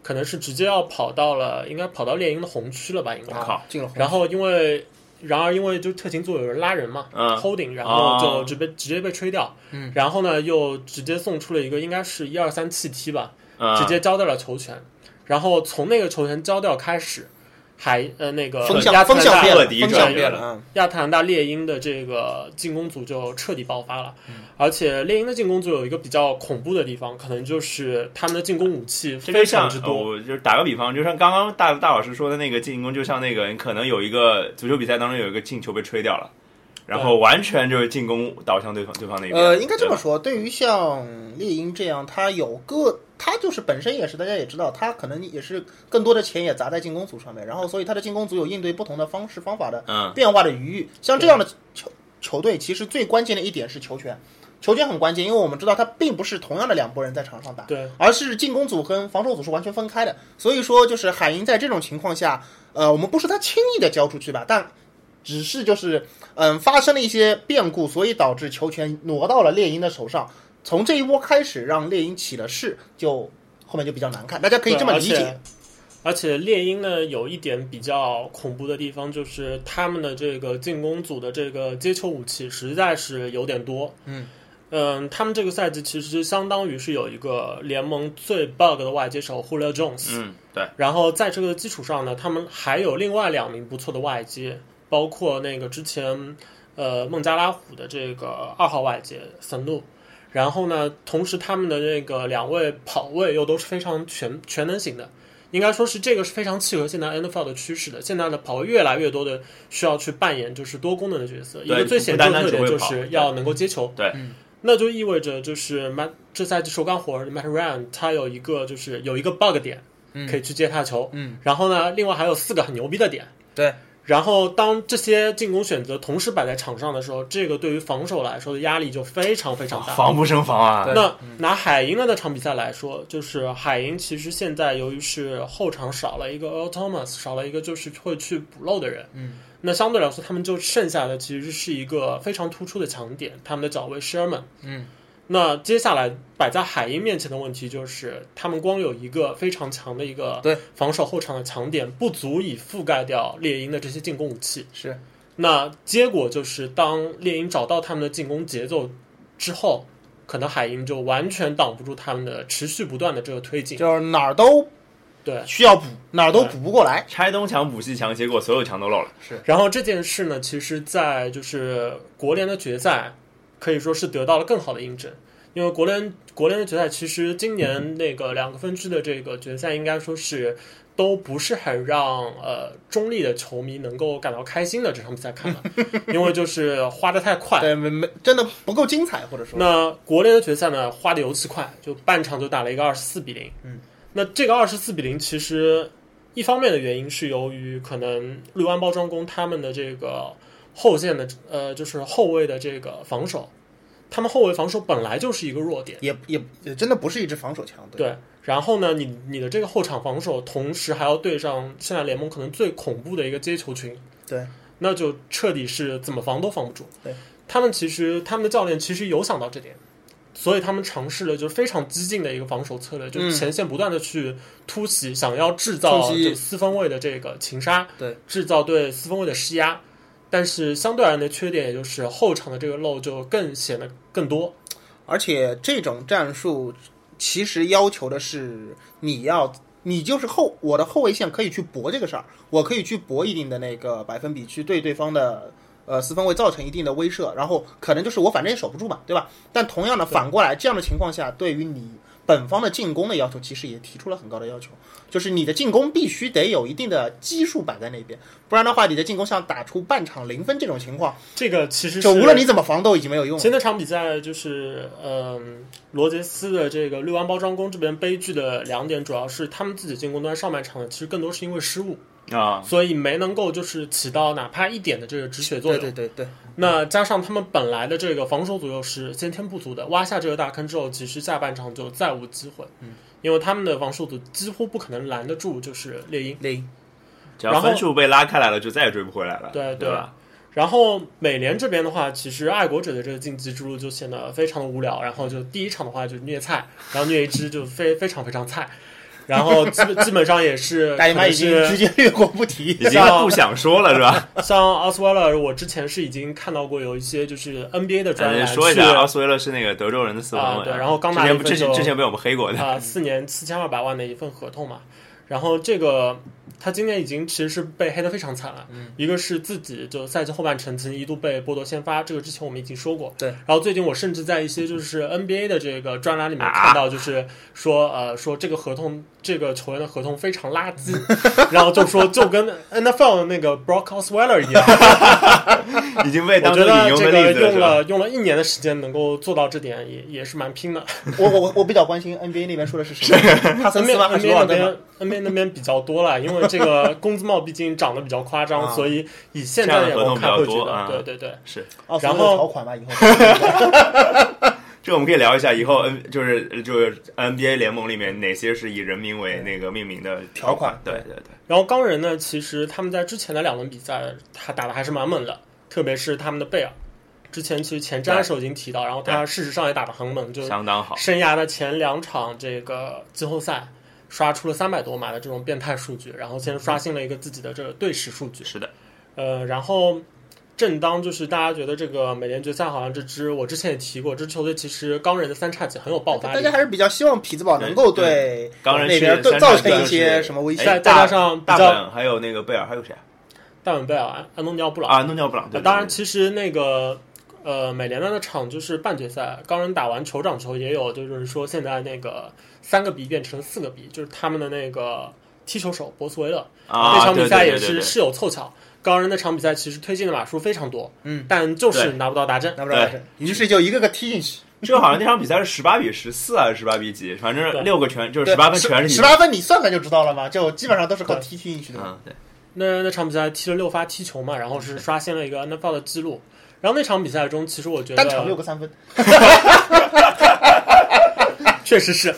Speaker 2: 可能是直接要跑到了，应该跑到猎鹰的红区了吧，应该。
Speaker 1: 我靠，
Speaker 3: 进了红
Speaker 2: 然后因为，然而因为就特勤组有人拉人嘛、
Speaker 1: 嗯
Speaker 2: h o l d i n g 然
Speaker 3: 啊
Speaker 2: 后就
Speaker 1: 哦
Speaker 2: 直接、直接被吹掉。
Speaker 3: 嗯
Speaker 2: 然后呢，又直接送出了一个应该是一二三气踢吧，
Speaker 1: 嗯
Speaker 3: 啊
Speaker 2: 直接交掉了球权。然后从那个球权交掉开始，还呃那个
Speaker 3: 风
Speaker 2: 亚
Speaker 3: 向
Speaker 2: 特
Speaker 3: 风
Speaker 2: 兰
Speaker 3: 向
Speaker 2: 大
Speaker 3: 变了，
Speaker 1: 彻底
Speaker 3: 风
Speaker 1: 转
Speaker 3: 向
Speaker 1: 移
Speaker 3: 变
Speaker 1: 了
Speaker 3: 了。嗯
Speaker 2: 亚特兰大猎鹰的这个进攻组就彻底爆发了，而且猎鹰的进攻组有一个比较恐怖的地方，可能就是他们的进攻武器
Speaker 1: 这就
Speaker 2: 非
Speaker 1: 像
Speaker 2: 常之，
Speaker 1: 呃
Speaker 3: 哦
Speaker 2: 多。
Speaker 1: 我就是打个比方，就像刚刚大大老师说的那个进攻，就像那个你可能有一个足球比赛当中有一个进球被吹掉了，然后完全就是进攻导向对方对方那边。
Speaker 3: 呃，应该这
Speaker 1: 对吧
Speaker 3: 么说，对于像猎鹰这样，他有个他就是本身也是大家也知道，他可能也是更多的钱也砸在进攻组上面，然后所以他的进攻组有应对不同的方式方法的
Speaker 1: 嗯，
Speaker 3: 变化的余裕。像这样的球球队，其实最关键的一点是球权，球权很关键，因为我们知道他并不是同样的两拨人在场上打，
Speaker 2: 对，
Speaker 3: 而是进攻组跟防守组是完全分开的。所以说，就是海鹰在这种情况下，呃，我们不说他轻易的交出去吧，但只是就是嗯发生了一些变故，所以导致球权挪到了猎鹰的手上。从这一波开始，让猎鹰起了势，就后面就比较难看，大家可以这么
Speaker 2: 对
Speaker 3: 理解。。
Speaker 2: 而且而且猎鹰呢，有一点比较恐怖的地方，就是他们的这个进攻组的这个接球武器实在是有点多。
Speaker 3: 嗯
Speaker 2: 嗯他们这个赛季其实相当于是有一个联盟最 bug 的外接手 Julio Jones。
Speaker 1: 嗯，对，
Speaker 2: 然后在这个基础上呢，他们还有另外两名不错的外接，包括那个之前呃孟加拉虎的这个二号外接森路，然后呢，同时他们的这个两位跑位又都是非常全全能型的，应该说是这个是非常契合现在 NFL 的趋势的。现在的跑位越来越多的需要去扮演就是多功能的角色，一
Speaker 1: 对
Speaker 2: 个最显著的特
Speaker 1: 不单单只
Speaker 2: 点
Speaker 1: 会
Speaker 2: 就
Speaker 1: 跑
Speaker 2: 是要能够接球，
Speaker 1: 对
Speaker 2: 嗯那就意味着就是马这赛季手感火的 Matt Ryan 他有一个就是有一个 bug 点可以去接他的球，
Speaker 3: 嗯，
Speaker 2: 然后呢，另外还有四个很牛逼的点。
Speaker 3: 对，
Speaker 2: 然后当这些进攻选择同时摆在场上的时候，这个对于防守来说的压力就非常非常大。
Speaker 1: 哦防不胜防
Speaker 3: 哦
Speaker 1: 啊！
Speaker 2: 那
Speaker 3: 嗯
Speaker 2: 拿海鹰的那场比赛来说，就是海鹰其实现在由于是后场少了一个 Earl Thomas，少了一个就是会去补漏的人，
Speaker 3: 嗯，
Speaker 2: 那相对来说他们就剩下的其实是一个非常突出的强点，他们的角位 Sherman，
Speaker 3: 嗯，
Speaker 2: 那接下来摆在海鹰面前的问题就是，他们光有一个非常强的一个
Speaker 3: 对
Speaker 2: 防守后场的强点，不足以覆盖掉猎鹰的这些进攻武器，
Speaker 3: 是
Speaker 2: 那结果就是，当猎鹰找到他们的进攻节奏之后，可能海鹰就完全挡不住他们的持续不断的这个推进。
Speaker 3: 就是哪儿都
Speaker 2: 对，
Speaker 3: 需要补，哪儿都补不过来。
Speaker 1: 拆东墙补西墙，结果所有墙都漏了。
Speaker 2: 然后这件事呢，其实，在就是国联的决赛，可以说是得到了更好的印证。因为国联国联的决赛，其实今年那个两个分区的这个决赛，应该说是都不是很让呃中立的球迷能够感到开心的这场比赛看了，因为就是花的太快，
Speaker 3: 对，没没真的不够精彩，或者说，
Speaker 2: 那国联的决赛呢，花的尤其快，就半场就打了一个二十四比零。
Speaker 3: 嗯，
Speaker 2: 那这个二十四比零，其实一方面的原因是由于可能绿湾包装工他们的这个后线的呃，就是后卫的这个防守，他们后卫防守本来就是一个弱点。
Speaker 3: 也也也真的不是一支防守强队。
Speaker 2: 对，然后呢，你你的这个后场防守，同时还要对上现在联盟可能最恐怖的一个接球群，
Speaker 3: 对，
Speaker 2: 那就彻底是怎么防都防不住。
Speaker 3: 对，
Speaker 2: 他们其实他们的教练其实有想到这点，所以他们尝试了就是非常激进的一个防守策略，就是前线不断的去突袭，想要制造
Speaker 3: 嗯突袭
Speaker 2: 就四分卫的这个擒杀，
Speaker 3: 对，
Speaker 2: 制造对四分卫的施压。但是相对而言的缺点，也就是后场的这个漏就更显得更多。
Speaker 3: 而且这种战术其实要求的是你要。你就是后我的后卫线可以去搏这个事儿，我可以去搏一定的那个百分比，去对对方的呃四分卫造成一定的威慑，然后可能就是我反正也守不住嘛，对吧？但同样的反过来，这样的情况下，对于你本方的进攻的要求，其实也提出了很高的要求，就是你的进攻必须得有一定的基数摆在那边，不然的话，你的进攻像打出半场零分这种情况，
Speaker 2: 这个其实是
Speaker 3: 就无论你怎么防都已经没有用
Speaker 2: 其
Speaker 3: 了。
Speaker 2: 实那场比赛就是，嗯，罗杰斯的这个绿湾包装工这边悲剧的两点，主要是他们自己进攻端上半场呢，其实更多是因为失误，
Speaker 1: 啊，
Speaker 2: 所以没能够就是起到哪怕一点的这个止血作用。
Speaker 3: 对对，
Speaker 2: 那加上他们本来的这个防守组又是先天不足的，挖下这个大坑之后，其实下半场就再无机会。嗯，因为他们的防守组几乎不可能拦得住，就是猎鹰。
Speaker 3: 零
Speaker 1: 只要分数被拉开来了，就再也追不回来了，
Speaker 2: 对
Speaker 1: 对吧？
Speaker 2: 然后美联这边的话，其实爱国者的这个晋级之路就显得非常的无聊。然后就第一场的话就虐菜，然后虐一支就非非常非常菜，然后基本基 本上也是
Speaker 3: 大姨妈已经
Speaker 2: 可能是
Speaker 3: 直接略过不提。
Speaker 1: 已经不想说了，是 吧？
Speaker 2: 像奥斯威勒，我之前是已经看到过有一些就是 NBA 的专
Speaker 1: 哎
Speaker 2: 栏
Speaker 1: 说一
Speaker 2: 去
Speaker 1: 下，奥斯威勒是那个德州人的四分
Speaker 2: 啊
Speaker 1: 卫，
Speaker 2: 对然后刚拿
Speaker 1: 之
Speaker 2: 了一
Speaker 1: 前
Speaker 2: 分
Speaker 1: 之前
Speaker 2: 就
Speaker 1: 之前被我们黑过的，
Speaker 2: 啊，四年四千二百万的一份合同嘛。然后这个他今年已经其实是被黑的非常惨了，
Speaker 1: 嗯
Speaker 2: 一个是自己就赛季后半程曾经一度被剥夺先发，这个之前我们已经说过。
Speaker 3: 对。
Speaker 2: 然后最近我甚至在一些就是 NBA 的这个专栏里面
Speaker 1: 啊
Speaker 2: 看到，就是说、呃说这个合同这个球员的合同非常垃圾， 然后就说就跟 NFL 那个 Brock Osweiler 一样，
Speaker 1: 已经被
Speaker 2: 我
Speaker 1: 当
Speaker 2: 觉
Speaker 1: 成
Speaker 2: 得
Speaker 1: 引用
Speaker 2: 这
Speaker 1: 的
Speaker 2: 个
Speaker 1: 例子
Speaker 2: 用
Speaker 1: 是吧？
Speaker 2: 了用了一年的时间能够做到这点也也是蛮拼的。
Speaker 3: 我我我我比较关心 NBA 那边说的是谁， 帕森
Speaker 2: NBA
Speaker 3: 斯吗？还是
Speaker 2: NBA
Speaker 3: 罗
Speaker 2: 那
Speaker 3: 尔登
Speaker 2: 边
Speaker 3: 吗？
Speaker 2: NBA 那边比较多 了，因为这个工资帽毕竟涨得比较夸张，
Speaker 3: 啊
Speaker 2: 所以以现在的眼光看会
Speaker 1: 这
Speaker 2: 觉
Speaker 1: 样的合同比较多啊
Speaker 2: 得，啊对对对，
Speaker 1: 是，
Speaker 3: 奥斯
Speaker 2: 然
Speaker 3: 维
Speaker 2: 后
Speaker 3: 勒条款吧，以后
Speaker 1: 这我们可以聊一下，以后 N 就是就是 NBA 联盟里面哪些是以人名为那个命名的
Speaker 3: 条
Speaker 1: 款
Speaker 3: 款？
Speaker 1: 对对对，
Speaker 2: 然后钢人呢，其实他们在之前的两轮比赛，他打的还是蛮猛的，特别是他们的贝尔，之前其实前瞻的时候已经提到，然后他事实上也打得很猛，就
Speaker 1: 相当好。
Speaker 2: 生涯的前两场这个季后赛刷出了三百多码的这种变态数据，然后先刷新了一个自己的这个队史数据。
Speaker 1: 是的，
Speaker 2: 呃，然后正当就是大家觉得这个美联决赛好像这支，我之前也提过，这支球队其实钢人的三叉戟很有爆发
Speaker 3: 大
Speaker 2: 力
Speaker 3: 家，还是比较希望匹兹堡能够对
Speaker 1: 钢人
Speaker 3: 那
Speaker 1: 是
Speaker 3: 边
Speaker 1: 三
Speaker 3: 造
Speaker 1: 叉
Speaker 3: 造
Speaker 1: 戟
Speaker 3: 成一些什么威胁
Speaker 1: 哎
Speaker 2: 再再加上比
Speaker 1: 大
Speaker 2: 较
Speaker 1: 本还有那个贝尔还有谁啊？
Speaker 2: 戴文贝尔、安安东尼奥布朗。
Speaker 1: 啊，弄掉布朗。对，
Speaker 2: 呃当然，
Speaker 1: 对
Speaker 2: 其实那个呃，美联的那场就是半决赛，钢人打完酋长之后，也有就是说现在那个三个 B 变成四个 B，就是他们的那个踢球手博斯维勒、
Speaker 1: 啊，
Speaker 2: 那场比赛
Speaker 1: 对
Speaker 2: 也
Speaker 1: 对对
Speaker 2: 是
Speaker 1: 对
Speaker 2: 是有凑巧。钢人那场比赛其实推进的码数非常多，
Speaker 3: 嗯，
Speaker 2: 但就是
Speaker 1: 对
Speaker 2: 拿不到达阵。
Speaker 3: 拿不着
Speaker 1: 对
Speaker 3: 于是就一个个踢进去，
Speaker 1: 这个好像那场比赛是十八比十四还是十八比几？反
Speaker 2: 对
Speaker 1: 正六个全就是十八分全是你
Speaker 3: 十八分，你算算就知道了嘛，就基本上都是靠
Speaker 2: 对
Speaker 3: 踢进去的。
Speaker 1: 嗯，对，
Speaker 2: 那那场比赛踢了六发踢球嘛，然后是刷新了一个 NFL 的记录。然后那场比赛中，其实我觉得
Speaker 3: 单场六个三分，
Speaker 2: 确实 是。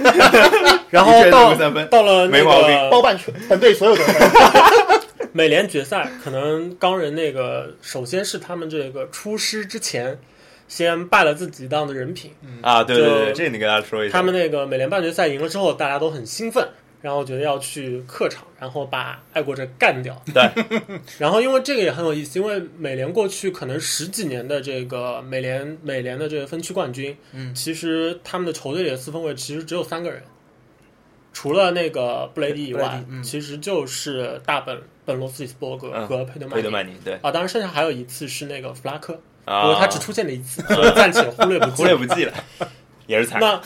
Speaker 2: 然后
Speaker 1: 一圈六
Speaker 2: 到
Speaker 1: 个三分
Speaker 2: 到了那
Speaker 1: 没毛
Speaker 2: 个
Speaker 1: 病
Speaker 3: 包办全本队所有得分。
Speaker 2: 美联决赛，可能钢人那个首先是他们这个出师之前，先败了自己一档的人品。
Speaker 1: 啊，对对对，
Speaker 2: 就
Speaker 1: 对这你跟大家说一下。
Speaker 2: 他们那个美联半决赛赢了之后，大家都很兴奋，然后觉得要去客场，然后把爱国者干掉。
Speaker 1: 对，
Speaker 2: 然后因为这个也很有意思，因为美联过去可能十几年的这个美联美联的这个分区冠军，
Speaker 3: 嗯
Speaker 2: 其实他们的球队里的四分卫其实只有三个人，除了那个布雷迪以
Speaker 3: 布雷
Speaker 2: 外
Speaker 3: 迪，嗯
Speaker 2: 其实就是大本本罗斯里斯伯格
Speaker 1: 嗯
Speaker 2: 和佩德曼
Speaker 1: 佩
Speaker 2: 尼。
Speaker 1: 德曼尼对
Speaker 2: 啊，当然剩下还有一次是那个弗拉科，不
Speaker 1: 啊
Speaker 2: 过，他只出现了一次，所以暂且忽略不计。
Speaker 1: 忽略不计了，也是惨。
Speaker 2: 那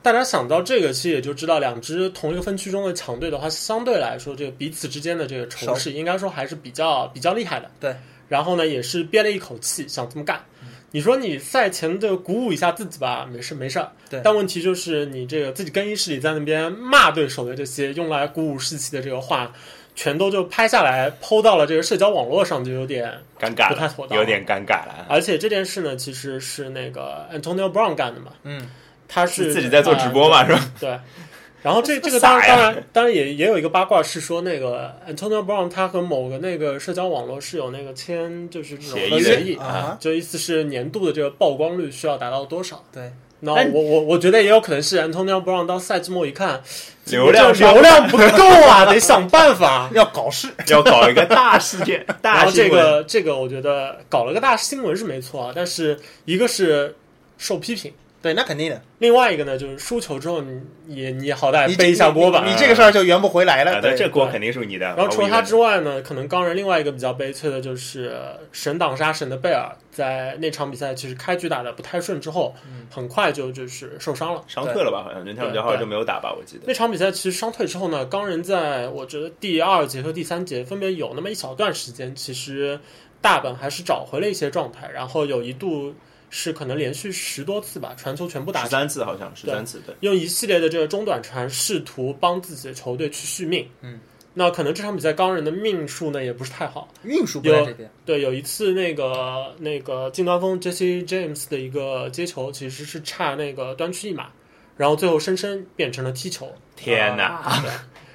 Speaker 2: 大家想到这个，其实也就知道，两支同一个分区中的强队的话，相对来说，这个彼此之间的这个仇视，应该说还是比较比较厉害的。
Speaker 3: 对，
Speaker 2: 然后呢，也是憋了一口气想这么干。
Speaker 1: 嗯
Speaker 2: 你说你赛前的鼓舞一下自己吧，没事没事儿。
Speaker 3: 对
Speaker 2: 但问题就是你这个自己更衣室里在那边骂对手的这些用来鼓舞士气的这个话，全都就拍下来抛到了这个社交网络上，就有点
Speaker 1: 尴尬
Speaker 2: 不太
Speaker 1: 了
Speaker 2: 妥，当
Speaker 1: 有点尴尬了。
Speaker 2: 而且这件事呢，其实是那个 Antonio Brown 干的嘛，
Speaker 3: 嗯，
Speaker 2: 他是
Speaker 1: 自己在做直播嘛，是吧？
Speaker 2: 呃 对。然后这这个 当
Speaker 1: 傻
Speaker 2: 然
Speaker 1: 呀
Speaker 2: 当然当然也也有一个八卦是说那个 Antonio Brown 他和某个那个社交网络是有那个签就是这种
Speaker 1: 协
Speaker 2: 合
Speaker 1: 议
Speaker 2: 约协议
Speaker 1: 的
Speaker 3: 啊，
Speaker 2: 就意思是年度的这个曝光率需要达到多少。
Speaker 3: 对，
Speaker 2: 那
Speaker 3: 哎
Speaker 1: 但
Speaker 2: 我我我觉得也有可能是 Antonio Brown 到赛季末一看，
Speaker 1: 流量
Speaker 2: 这流量不够啊， 得想办法。
Speaker 3: 要搞事。
Speaker 1: 要搞一个大事 件，
Speaker 2: 然
Speaker 1: 大
Speaker 2: 后这
Speaker 1: 新闻。
Speaker 2: 个这个，我觉得搞了个大新闻是没错啊，但是一个是受批评，
Speaker 3: 对，那肯定的，
Speaker 2: 另外一个呢就是输球之后你你你好歹
Speaker 3: 你
Speaker 2: 哎背一下锅吧。
Speaker 3: 你你这个事儿就圆不回来了。
Speaker 1: 啊对，
Speaker 3: 对，
Speaker 1: 这锅肯定是你的。
Speaker 2: 哎然后除了他之
Speaker 1: 外，
Speaker 2: 外呢，可能钢人另外一个比较悲催的就是神挡杀神的贝尔，在那场比赛其实开局打得不太顺之后，很快就就是受伤了。
Speaker 1: 伤退了吧？好像那场比赛好像就没有打吧？我记得
Speaker 2: 那场比赛其实伤退之后呢，钢人在我觉得第二节和第三节分别有那么一小段时间，其实大阪还是找回了一些状态，然后有一度是可能连续十多次吧，传球全部打
Speaker 1: 十三次，好像十三次。对，
Speaker 2: 用一系列的这个中短传，试图帮自己的球队去续命。
Speaker 3: 嗯，
Speaker 2: 那可能这场比赛钢人的命数呢也不是太好。
Speaker 3: 运输不在这边。
Speaker 2: 对，有一次那个那个近端锋 Jesse James 的一个接球，其实是差那个端区一码，然后最后深深变成了踢球。
Speaker 1: 天哪！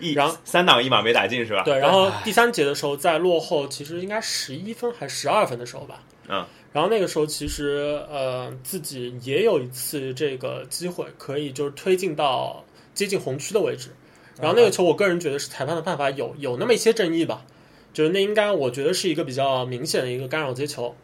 Speaker 1: 一
Speaker 2: 啊然后
Speaker 1: 三档一码没打进是吧？
Speaker 2: 对，然后第三节的时候，在落后其实应该十一分还是十二分的时候吧。
Speaker 1: 嗯，
Speaker 2: 然后那个时候其实呃自己也有一次这个机会，可以就是推进到接近红区的位置。然后那个球，我个人觉得是裁判的判罚有有那么一些争议吧，就是那应该我觉得是一个比较明显的一个干扰接球，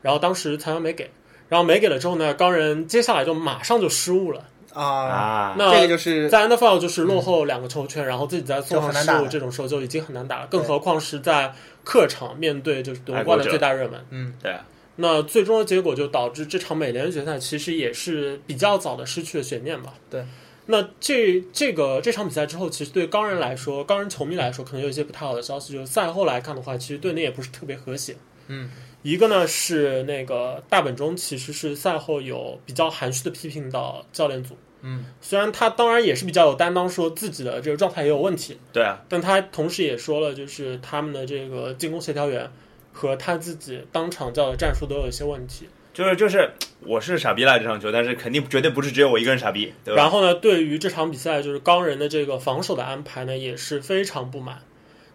Speaker 2: 然后当时裁判没给，然后没给了之后呢，钢人接下来就马上就失误了。
Speaker 3: 啊，
Speaker 1: 啊，
Speaker 2: 那
Speaker 3: 这个就是
Speaker 2: 在 NFL 就是落后两个球权，然后自己再送上
Speaker 3: 就很难
Speaker 2: 失
Speaker 3: 打
Speaker 2: 误，
Speaker 3: 了
Speaker 2: 这种时候就已经很难打了，更何况是在客场面对就是夺冠的最大热门。
Speaker 3: 嗯
Speaker 1: 对啊，
Speaker 2: 那最终的结果就导致这场美联决赛其实也是比较早的失去了悬念吧。
Speaker 3: 对。
Speaker 2: 那这这个这场比赛之后，其实对钢人来说，钢人球迷来说，可能有一些不太好的消息，就是赛后来看的话，其实队内也不是特别和谐。
Speaker 3: 嗯，
Speaker 2: 一个呢是那个大本钟其实是赛后有比较含蓄的批评到教练组。
Speaker 3: 嗯，
Speaker 2: 虽然他当然也是比较有担当，说自己的这个状态也有问题，
Speaker 1: 对啊，
Speaker 2: 但他同时也说了，就是他们的这个进攻协调员和他自己当场教的战术都有一些问题。
Speaker 1: 就是就是，我是傻逼啦这场球，但是肯定绝对不是只有我一个人傻逼，对吧？
Speaker 2: 然后呢，对于这场比赛就是钢人的这个防守的安排呢，也是非常不满。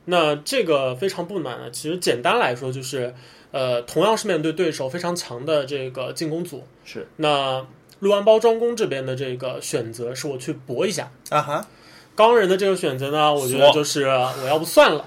Speaker 2: 那这个非常不满呢，其实简单来说就是，呃，同样是面对对手非常强的这个进攻组，
Speaker 1: 是
Speaker 2: 那陆安包装工这边的这个选择是我去搏一下，
Speaker 3: 啊哈，
Speaker 2: 钢人的这个选择呢，我觉得
Speaker 1: 缩
Speaker 2: 就是我要不算了。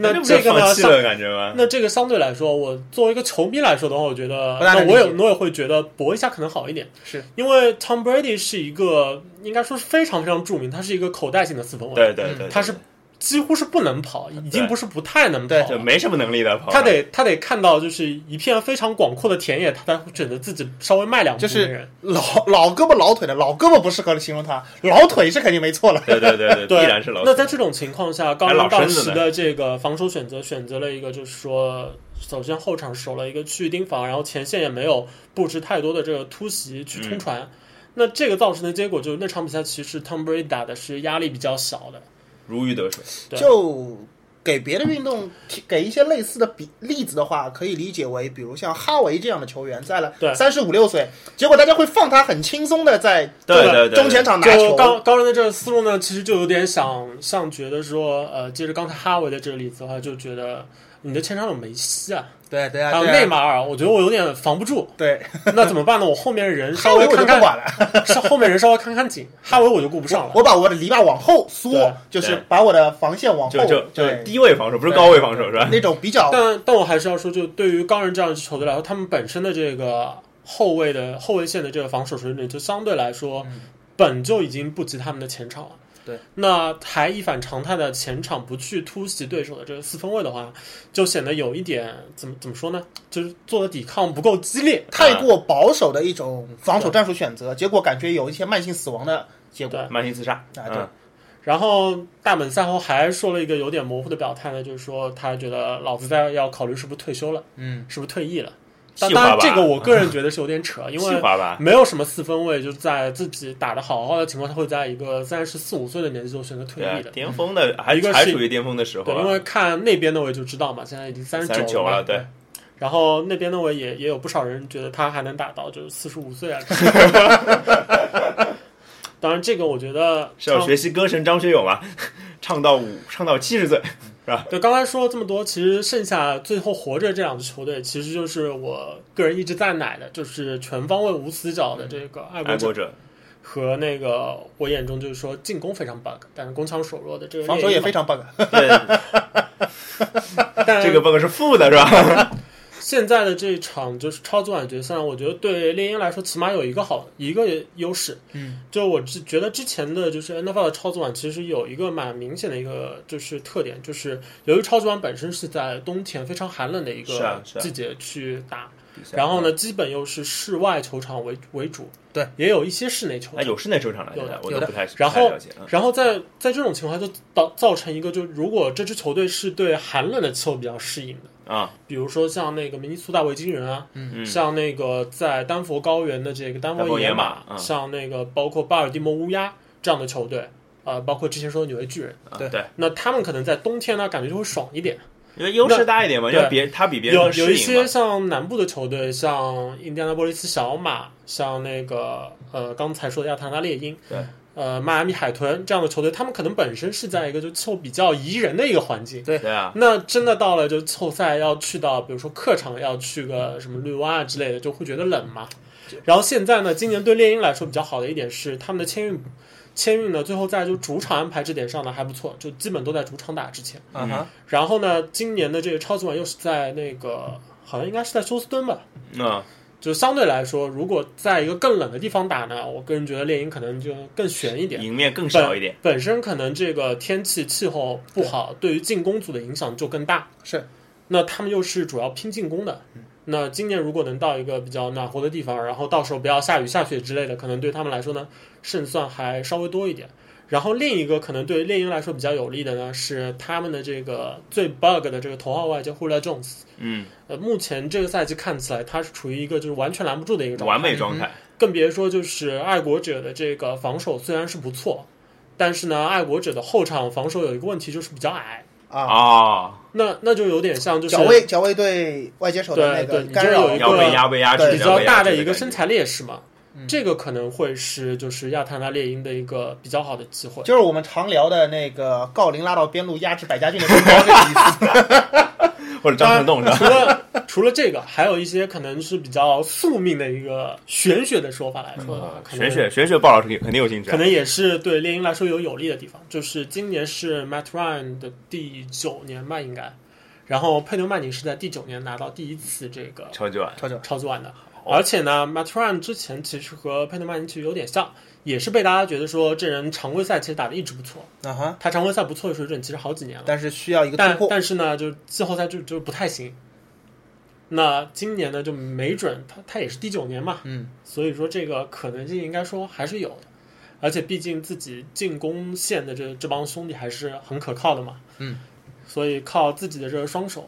Speaker 2: 那
Speaker 1: 啊不是
Speaker 2: 这个呢，
Speaker 1: 放弃
Speaker 2: 相
Speaker 1: 了感觉吗？
Speaker 2: 那这个相对来说，我作为一个球迷来说的话，我觉得
Speaker 3: 不大能
Speaker 2: 那我也
Speaker 3: 理解
Speaker 2: 我也会觉得搏一下可能好一点，
Speaker 3: 是
Speaker 2: 因为 Tom Brady 是一个应该说是非常非常著名，他是一个口袋型的四分卫，
Speaker 1: 对对对，
Speaker 3: 嗯
Speaker 1: 对
Speaker 2: 他是几乎是不能跑，已经不是不太能跑
Speaker 3: 对
Speaker 2: 了。
Speaker 1: 就没什么能力的跑。
Speaker 2: 他得他得看到就是一片非常广阔的田野，他才会选择自己稍微迈两步
Speaker 3: 就
Speaker 2: 的
Speaker 3: 是
Speaker 2: 人。
Speaker 3: 老老胳膊老腿的老胳膊不适合形容他，老腿是肯定没错了。
Speaker 1: 对对对对，
Speaker 2: 对，
Speaker 1: 必然是老
Speaker 2: 那在这种情况下，高
Speaker 1: 还老
Speaker 2: 林当
Speaker 1: 身子
Speaker 2: 时
Speaker 1: 呢
Speaker 2: 的这个防守选择选择了一个，就是说，首先后场守了一个区域盯防，然后前线也没有布置太多的这个突袭去冲传。
Speaker 1: 嗯
Speaker 2: 那这个造成的结果就是那场比赛其实 Tom Brady 打的是压力比较小的，
Speaker 1: 如鱼得水。
Speaker 2: 对
Speaker 3: 就给别的运动提给一些类似的比例子的话，可以理解为，比如像哈维这样的球员，在了
Speaker 2: 对
Speaker 3: 三十五六岁，结果大家会放他很轻松的在
Speaker 1: 对
Speaker 3: 中
Speaker 1: 对对对
Speaker 3: 中前嗯场拿
Speaker 2: 就
Speaker 3: 球。
Speaker 2: 高高人的这个思路呢，其实就有点想像觉得说，呃，接着刚才哈维的这个例子的话，就觉得你的前场有梅西啊，
Speaker 3: 对对啊，
Speaker 2: 还有
Speaker 3: 对啊
Speaker 2: 内马尔，我觉得我有点防不住，
Speaker 3: 对
Speaker 2: 那怎么办呢？我后面人
Speaker 3: 哈
Speaker 2: 稍
Speaker 3: 维
Speaker 2: 微
Speaker 3: 我就
Speaker 2: 看看，
Speaker 3: 不管了，
Speaker 2: 稍后面人稍微看看紧，哈维我就顾不上了。
Speaker 3: 我把我的篱笆往后缩
Speaker 2: 对，
Speaker 3: 就是
Speaker 1: 对
Speaker 3: 把我的防线往后
Speaker 1: 就就就
Speaker 3: 对
Speaker 1: 低位防守，不是高位防守，是吧？
Speaker 3: 那种比较
Speaker 2: 但但我还是要说，就对于高人这样的球队来说，他们本身的这个后卫的后卫线的这个防守水准，就相对来说、本就已经不及他们的前场了。
Speaker 3: 嗯对，
Speaker 2: 那还一反常态的前场不去突袭对手的这个四分卫的话，就显得有一点怎么怎么说呢？就是做的抵抗不够激烈。
Speaker 3: 太过保守的一种防守战术选择，结果感觉有一些慢性死亡的结果。
Speaker 2: 对，
Speaker 1: 慢性自杀，
Speaker 3: 啊对
Speaker 1: 嗯
Speaker 2: 然后大本赛后还说了一个有点模糊的表态呢，就是说他觉得老子在要考虑是不是退休了，
Speaker 3: 嗯，
Speaker 2: 是不是退役了。但
Speaker 1: 细
Speaker 2: 当
Speaker 1: 化
Speaker 2: 然，
Speaker 1: 吧，
Speaker 2: 这个我个人觉得是有 点扯，因
Speaker 1: 细
Speaker 2: 为
Speaker 1: 化吧，
Speaker 2: 没有什么四分卫，就在自己打的好好的情况下，会在一个三十四五岁的年纪就选择退
Speaker 1: 对
Speaker 2: 役
Speaker 1: 啊
Speaker 2: 的。
Speaker 1: 巅峰的还
Speaker 2: 嗯一个是
Speaker 1: 还处于巅峰的时候
Speaker 2: 对，因
Speaker 1: 啊，
Speaker 2: 为看那边的我也就知道嘛，现在已经三
Speaker 1: 三十
Speaker 2: 九
Speaker 1: 九
Speaker 2: 了嘛
Speaker 1: 了，对。
Speaker 2: 然后那边的我也也有不少人觉得他还能打到就是四十五岁啊。 当然，这个我觉得
Speaker 1: 是要
Speaker 2: 像
Speaker 1: 学习歌神张学友嘛，唱到五，唱到七十岁，
Speaker 2: 对，刚才说了这么多，其实剩下最后活着这两支球队，其实就是我个人一直在奶的，就是全方位无死角的这个爱国
Speaker 1: 爱
Speaker 2: 者
Speaker 1: 国者
Speaker 2: 和那个我眼中就是说进攻非常 bug，但是攻强守弱的这个
Speaker 3: 防守也非
Speaker 2: 常。
Speaker 3: 常 bug。
Speaker 1: 对
Speaker 2: 但
Speaker 1: 这个 bug 是负的，是吧？
Speaker 2: 现在的这场就是超级碗决赛，我觉得对猎鹰来说起码有一个好一个优势，
Speaker 3: 嗯，
Speaker 2: 就我只觉得之前的就是 N F L 的超级碗其实有一个蛮明显的一个就是特点，就是由于超级碗本身是在冬天非常寒冷的一
Speaker 1: 是啊
Speaker 2: 个
Speaker 1: 是啊
Speaker 2: 季节去打， 然后呢，基本又是室外球场为为主，
Speaker 3: 对，
Speaker 2: 也有一些室内球
Speaker 1: 哎？
Speaker 2: 场。
Speaker 1: 有室内球场来
Speaker 2: 有的
Speaker 1: 我
Speaker 3: 有
Speaker 1: 都
Speaker 3: 的
Speaker 1: 不太
Speaker 2: 然后
Speaker 1: 不太了解嗯
Speaker 2: 然后在在这种情况下，就造造成一个，就如果这支球队是对寒冷的气候比较适应的，
Speaker 1: 啊，
Speaker 2: 比如说像那个明尼苏达维京人啊，
Speaker 1: 嗯，
Speaker 2: 像那个在丹佛高原的这个丹
Speaker 1: 丹佛
Speaker 2: 佛
Speaker 1: 野
Speaker 2: 马
Speaker 1: 马，嗯
Speaker 2: 像那个包括巴尔的摩乌鸦这样的球队，呃，包括之前说的纽约巨人，
Speaker 1: 啊
Speaker 3: 对
Speaker 1: 对，
Speaker 2: 那他们可能在冬天呢，感觉就会爽一点。
Speaker 1: 因为优势大一点嘛，
Speaker 2: 对
Speaker 1: 要别他比别人
Speaker 2: 有
Speaker 1: 更
Speaker 2: 有一
Speaker 1: 适应
Speaker 2: 些
Speaker 1: 嘛。
Speaker 2: 像南部的球队，像印第安纳波利斯小马，像那个呃刚才说的亚特兰大猎鹰，
Speaker 1: 对，
Speaker 2: 呃迈阿密海豚这样的球队，他们可能本身是在一个就气候比较宜人的一个环境。
Speaker 1: 对啊，
Speaker 2: 那真的到了就气候赛要去到，比如说客场要去个什么绿湾啊之类的，就会觉得冷嘛。然后现在呢，今年对猎鹰来说比较好的一点是他们的签运，签运呢最后在就主场安排这点上呢还不错，就基本都在主场打之前。
Speaker 3: 啊哈，
Speaker 2: 然后呢，今年的这个超级碗又是在那个好像应该是在休斯敦吧，
Speaker 1: 嗯，
Speaker 2: 就相对来说，如果在一个更冷的地方打呢，我个人觉得猎鹰可能就更悬一点。
Speaker 1: 赢面更少一点。
Speaker 2: 本身可能这个天气气候不好，对于进攻组的影响就更大。
Speaker 3: 是，
Speaker 2: 那他们又是主要拼进攻的。那今年如果能到一个比较暖和的地方，然后到时候不要下雨、下雪之类的，可能对他们来说呢，胜算还稍微多一点。然后另一个可能对猎鹰来说比较有利的呢，是他们的这个最 bug 的这个头号外接 Hula Jones。
Speaker 1: 嗯，
Speaker 2: 呃，目前这个赛季看起来他是处于一个就是完全拦不住的一个状态，
Speaker 1: 完美状态。
Speaker 2: 更别说就是爱国者的这个防守虽然是不错，但是呢，爱国者的后场防守有一个问题就是比较矮，
Speaker 3: 啊，
Speaker 1: 哦，
Speaker 2: 那那就有点像就是
Speaker 3: 脚位脚位对外接手的那
Speaker 2: 对
Speaker 3: 个
Speaker 2: 对你
Speaker 3: 干
Speaker 2: 这
Speaker 3: 扰
Speaker 2: 有一，
Speaker 1: 要被压被压制，
Speaker 3: 对
Speaker 2: 比
Speaker 1: 要
Speaker 2: 较
Speaker 1: 被压
Speaker 2: 大
Speaker 1: 制
Speaker 2: 的
Speaker 1: 的
Speaker 2: 一个
Speaker 1: 啊感觉
Speaker 2: 身材劣势嘛。
Speaker 3: 嗯
Speaker 2: 这个可能会是就是亚特兰大猎鹰的一个比较好的机会。
Speaker 3: 就是我们常聊的那个郜林拉到边路压制百家俊的身 高这个意思。
Speaker 1: 或者张成栋是吧？
Speaker 2: 除了除了这个，还有一些可能是比较宿命的一个玄学的说法来说的话，可能
Speaker 1: 嗯玄学玄学，鲍老师肯定有兴趣啊
Speaker 2: 可。能也是对猎鹰来说有有利的地方。就是今年是 Matt Ryan 的第九年吧，应该。然后佩德曼尼是在第九年拿到第一次这个
Speaker 1: 超级碗
Speaker 3: 超球
Speaker 2: 超级碗的，而且呢 m a t r a n 之前其实和佩德曼尼奇有点像，也是被大家觉得说这人常规赛其实打的一直不错，
Speaker 3: 啊哈，
Speaker 2: 他常规赛不错的水准其实好几年了，
Speaker 3: 但是需要一个
Speaker 2: 但
Speaker 3: 突破。
Speaker 2: 但是呢，就是季后赛就就不太行。那今年呢，就没准他他也是第九年嘛，
Speaker 3: 嗯，
Speaker 2: 所以说这个可能性应该说还是有的，而且毕竟自己进攻线的这这帮兄弟还是很可靠的嘛，
Speaker 3: 嗯，
Speaker 2: 所以靠自己的这个双手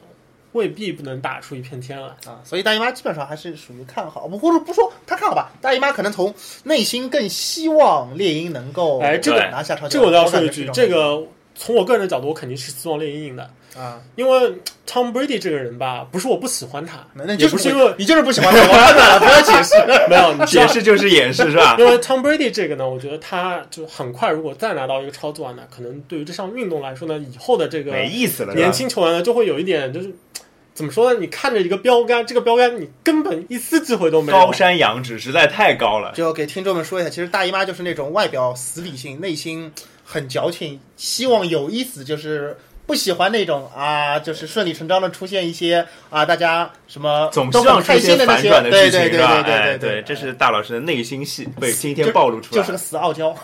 Speaker 2: 未必不能打出一片天来。
Speaker 3: 啊，所以大姨妈基本上还是属于看好，不或者不说她看好吧，大姨妈可能从内心更希望猎鹰能够
Speaker 2: 哎这个
Speaker 3: 拿下超级
Speaker 2: 这个我
Speaker 3: 碗
Speaker 2: 倒要
Speaker 3: 啊感
Speaker 2: 说一
Speaker 3: 觉是
Speaker 2: 句，
Speaker 3: 种
Speaker 2: 这个从我个人的角度，我肯定是希望猎鹰赢的，
Speaker 3: 啊，
Speaker 2: 因为 Tom Brady 这个人吧，不是我不喜欢他，
Speaker 3: 那那你
Speaker 2: 也
Speaker 3: 就是
Speaker 2: 不是因
Speaker 3: 不
Speaker 2: 为
Speaker 3: 你就是不喜欢我看出来了，不要解释。
Speaker 2: 没有你知道
Speaker 1: 解释就是掩饰是 吧？
Speaker 2: 因为 Tom Brady 这个呢，我觉得他就很快，如果再拿到一个超级碗呢，可能对于这项运动来说呢，以后的这个
Speaker 1: 没意思了，
Speaker 2: 年轻球员呢，就会有一点就是怎么说呢？你看着一个标杆，这个标杆你根本一丝机会都
Speaker 1: 对
Speaker 2: 没
Speaker 1: 吧
Speaker 2: 有。
Speaker 1: 高山仰止，实在太高了。
Speaker 3: 就给听众们说一下，其实大姨妈就是那种外表死理性，内心很矫情，希望有意思，就是不喜欢那种啊，就是顺理成章的出现一些啊，大家什么
Speaker 1: 总
Speaker 3: 都
Speaker 1: 希
Speaker 3: 很
Speaker 1: 望出
Speaker 3: 开心
Speaker 1: 现
Speaker 3: 的那
Speaker 1: 反
Speaker 3: 些，
Speaker 1: 转的
Speaker 3: 对
Speaker 1: 事
Speaker 3: 对
Speaker 1: 情，
Speaker 3: 对
Speaker 1: 是吧？
Speaker 3: 对
Speaker 1: 哎
Speaker 3: 对，
Speaker 1: 这是大老师的内心戏被今天暴露出来
Speaker 3: 就
Speaker 1: 了。
Speaker 3: 是个死傲娇。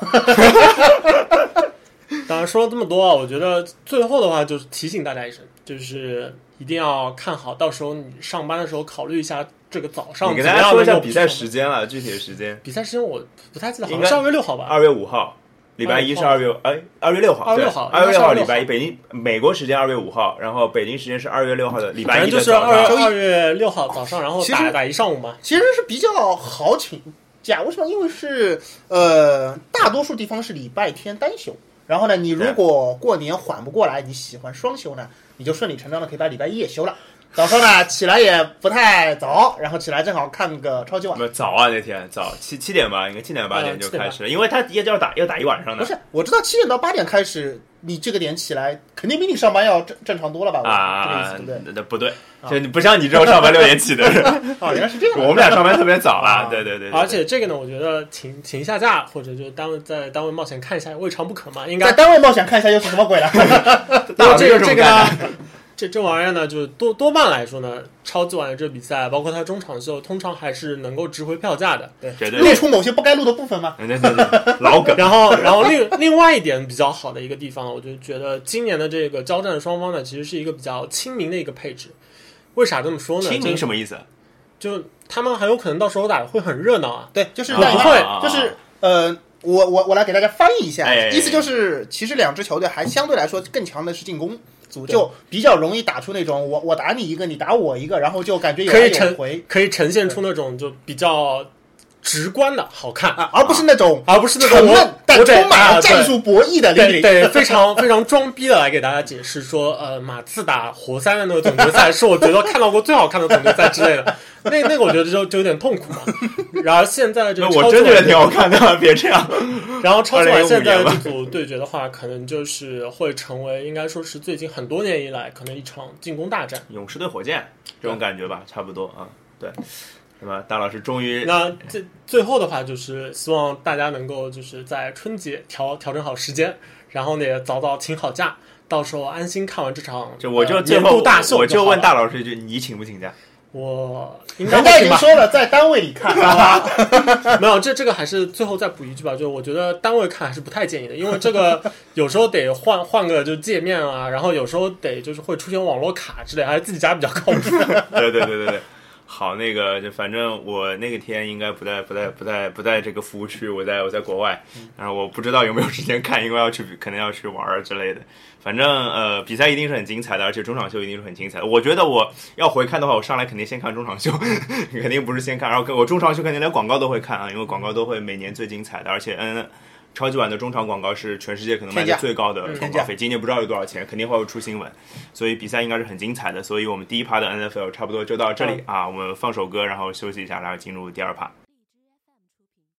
Speaker 2: 当然说了这么多啊，我觉得最后的话就是提醒大家一声，就是一定要看好，到时候你上班的时候考虑一下这个早上
Speaker 1: 你
Speaker 2: 怎
Speaker 1: 跟大
Speaker 2: 么
Speaker 1: 家
Speaker 2: 样
Speaker 1: 说一
Speaker 2: 能
Speaker 1: 下
Speaker 2: 够
Speaker 1: 比赛
Speaker 2: 补上
Speaker 1: 时间了，具体的时间，
Speaker 2: 比赛时间我不太记得，好
Speaker 1: 应
Speaker 2: 像
Speaker 1: 该
Speaker 2: 是二月六号吧。
Speaker 1: 二月五号，礼拜一是二月哎二月六号，
Speaker 2: 2月
Speaker 1: 对
Speaker 2: 6号
Speaker 1: 二月
Speaker 2: 应该是
Speaker 1: 六号
Speaker 2: 2月
Speaker 1: 礼
Speaker 2: 6号
Speaker 1: 拜一，北京美国时间二月五号，然后北京时间是二月六号的礼
Speaker 2: 反
Speaker 1: 拜
Speaker 2: 正
Speaker 1: 一
Speaker 2: 就
Speaker 1: 的
Speaker 2: 是
Speaker 1: 早
Speaker 2: 二
Speaker 1: 上。
Speaker 2: 月二月六号早上，然后
Speaker 3: 其实
Speaker 2: 打打一上午嘛。
Speaker 3: 其实是比较好请假。为什么？因为是呃，大多数地方是礼拜天单休。然后呢，你如果过年缓不过来，你喜欢双休呢，你就顺理成章的可以把礼拜一也休了。早上呢，起来也不太早，然后起来正好看个超级碗。
Speaker 1: 不早啊，那天早七七点吧，应该七点八点
Speaker 2: 嗯
Speaker 1: 就
Speaker 2: 7点
Speaker 1: 开始了，因为他也要打要打一晚上
Speaker 3: 不
Speaker 1: 的
Speaker 3: 是，我知道七点到八点开始，你这个点起来，肯定比你上班要正正常多了吧？
Speaker 1: 啊
Speaker 3: 我
Speaker 1: 啊
Speaker 3: 这个意思
Speaker 1: 啊
Speaker 3: 对不对？，
Speaker 1: 那那不对，
Speaker 3: 啊
Speaker 1: 就你不像你这种上班六点起的人，
Speaker 3: 啊，原来是这样。
Speaker 1: 我们俩上班特别早
Speaker 3: 啊
Speaker 1: 啦，对对对，对
Speaker 2: 而且这个呢，我觉得请请一下假，或者就单位在单位冒险看一下，未尝不可嘛。应该
Speaker 3: 在单位冒险看一下又是什么鬼了？
Speaker 1: 大
Speaker 2: 那
Speaker 1: 佬
Speaker 2: 这
Speaker 1: 就
Speaker 2: 个
Speaker 1: 是
Speaker 2: 这
Speaker 1: 么
Speaker 2: 个
Speaker 1: 干的
Speaker 2: 呢，这这玩意儿呢，就是多多半来说呢，超级碗的这比赛，包括它中场秀，通常还是能够值回票价的。
Speaker 1: 绝对
Speaker 3: 露出某些不该露的部分吗？
Speaker 1: 对对对，老 梗。
Speaker 2: 然后，然后另另外一点比较好的一个地方，我就觉得今年的这个交战双方呢，其实是一个比较亲民的一个配置。为啥这么说呢？
Speaker 1: 清明
Speaker 2: 就
Speaker 1: 什么意思？
Speaker 2: 就他们很有可能到时候打得会很热闹啊。
Speaker 3: 对，就是
Speaker 1: 啊
Speaker 3: 大姨妈
Speaker 2: 不会
Speaker 3: 就是呃，我我我来给大家翻译一下，
Speaker 1: 哎
Speaker 3: 意思就是，其实两支球队还相对来说更强的是进攻组，就比较容易打出那种我我打你一个，你打我一个，然后就感觉有
Speaker 2: 可
Speaker 3: 来
Speaker 2: 以
Speaker 3: 有
Speaker 2: 呈
Speaker 3: 回
Speaker 2: 可以呈现出那种就比较直观的好看，
Speaker 3: 啊，而不是那种
Speaker 2: 而不是那
Speaker 3: 沉
Speaker 2: 啊种我
Speaker 3: 闷但
Speaker 2: 我得
Speaker 3: 充满
Speaker 2: 啊
Speaker 3: 了
Speaker 2: 对
Speaker 3: 战术博弈的
Speaker 2: 对
Speaker 3: 零零。
Speaker 2: 对，非常非常装逼的来给大家解释说，呃，马刺打活塞的那个总决赛是我觉得看到过最好看的总决赛之类的，那那个我觉得就就有点痛苦嘛。然而现在这
Speaker 1: 那
Speaker 2: 个
Speaker 1: 我
Speaker 2: 超级
Speaker 1: 真觉得
Speaker 2: 碗，
Speaker 1: 挺好看的，别这样。
Speaker 2: 然后超级碗现在
Speaker 1: 2005
Speaker 2: 这组对决的话，可能就是会成为应该说是最近很多年以来可能一场进攻大战。
Speaker 1: 勇士对火箭这种感觉吧，差不多啊。对，那么大老师终于
Speaker 2: 那这最后的话，就是希望大家能够就是在春节调调整好时间，然后呢也早早请好假，到时候安心看完这场
Speaker 1: 就我就
Speaker 2: 呃
Speaker 1: 最
Speaker 2: 年
Speaker 1: 后
Speaker 2: 度大秀
Speaker 1: 我就
Speaker 2: 好
Speaker 1: 问
Speaker 2: 了
Speaker 1: 大老师一句：你请不请假？
Speaker 2: 我应该
Speaker 3: 人
Speaker 2: 会
Speaker 3: 家已
Speaker 2: 请
Speaker 3: 经
Speaker 2: 吧？
Speaker 3: 说了，在单位里看，好吧？
Speaker 2: 没有，这这个还是最后再补一句吧，就我觉得单位看还是不太建议的，因为这个 有时候得换换个就界面啊，然后有时候得就是会出现网络卡之类，还是自己家比较靠谱。
Speaker 1: 对对对对 对。好，那个就反正我那个天应该不在不在不在不在这个服务区，我在我在国外，然后我不知道有没有时间看，因为要去可能要去玩儿之类的。反正呃，比赛一定是很精彩的，而且中场秀一定是很精彩的。我觉得我要回看的话，我上来肯定先看中场秀， 肯定不是先看，然后跟我中场秀肯定连广告都会看啊，因为广告都会每年最精彩的，而且嗯。超级碗的中场广告是全世界可能卖
Speaker 3: 天
Speaker 1: 的
Speaker 3: 价嗯
Speaker 1: 最高的广
Speaker 3: 天
Speaker 1: 告
Speaker 3: 价
Speaker 1: 费，今年不知道有多少钱，肯定会出新闻。所以比赛应该是很精彩
Speaker 3: 嗯
Speaker 1: 的。所以我们第一趴的 NFL 差不多就到这里啊，我们放首歌，然后休息一下，然后进入第二趴。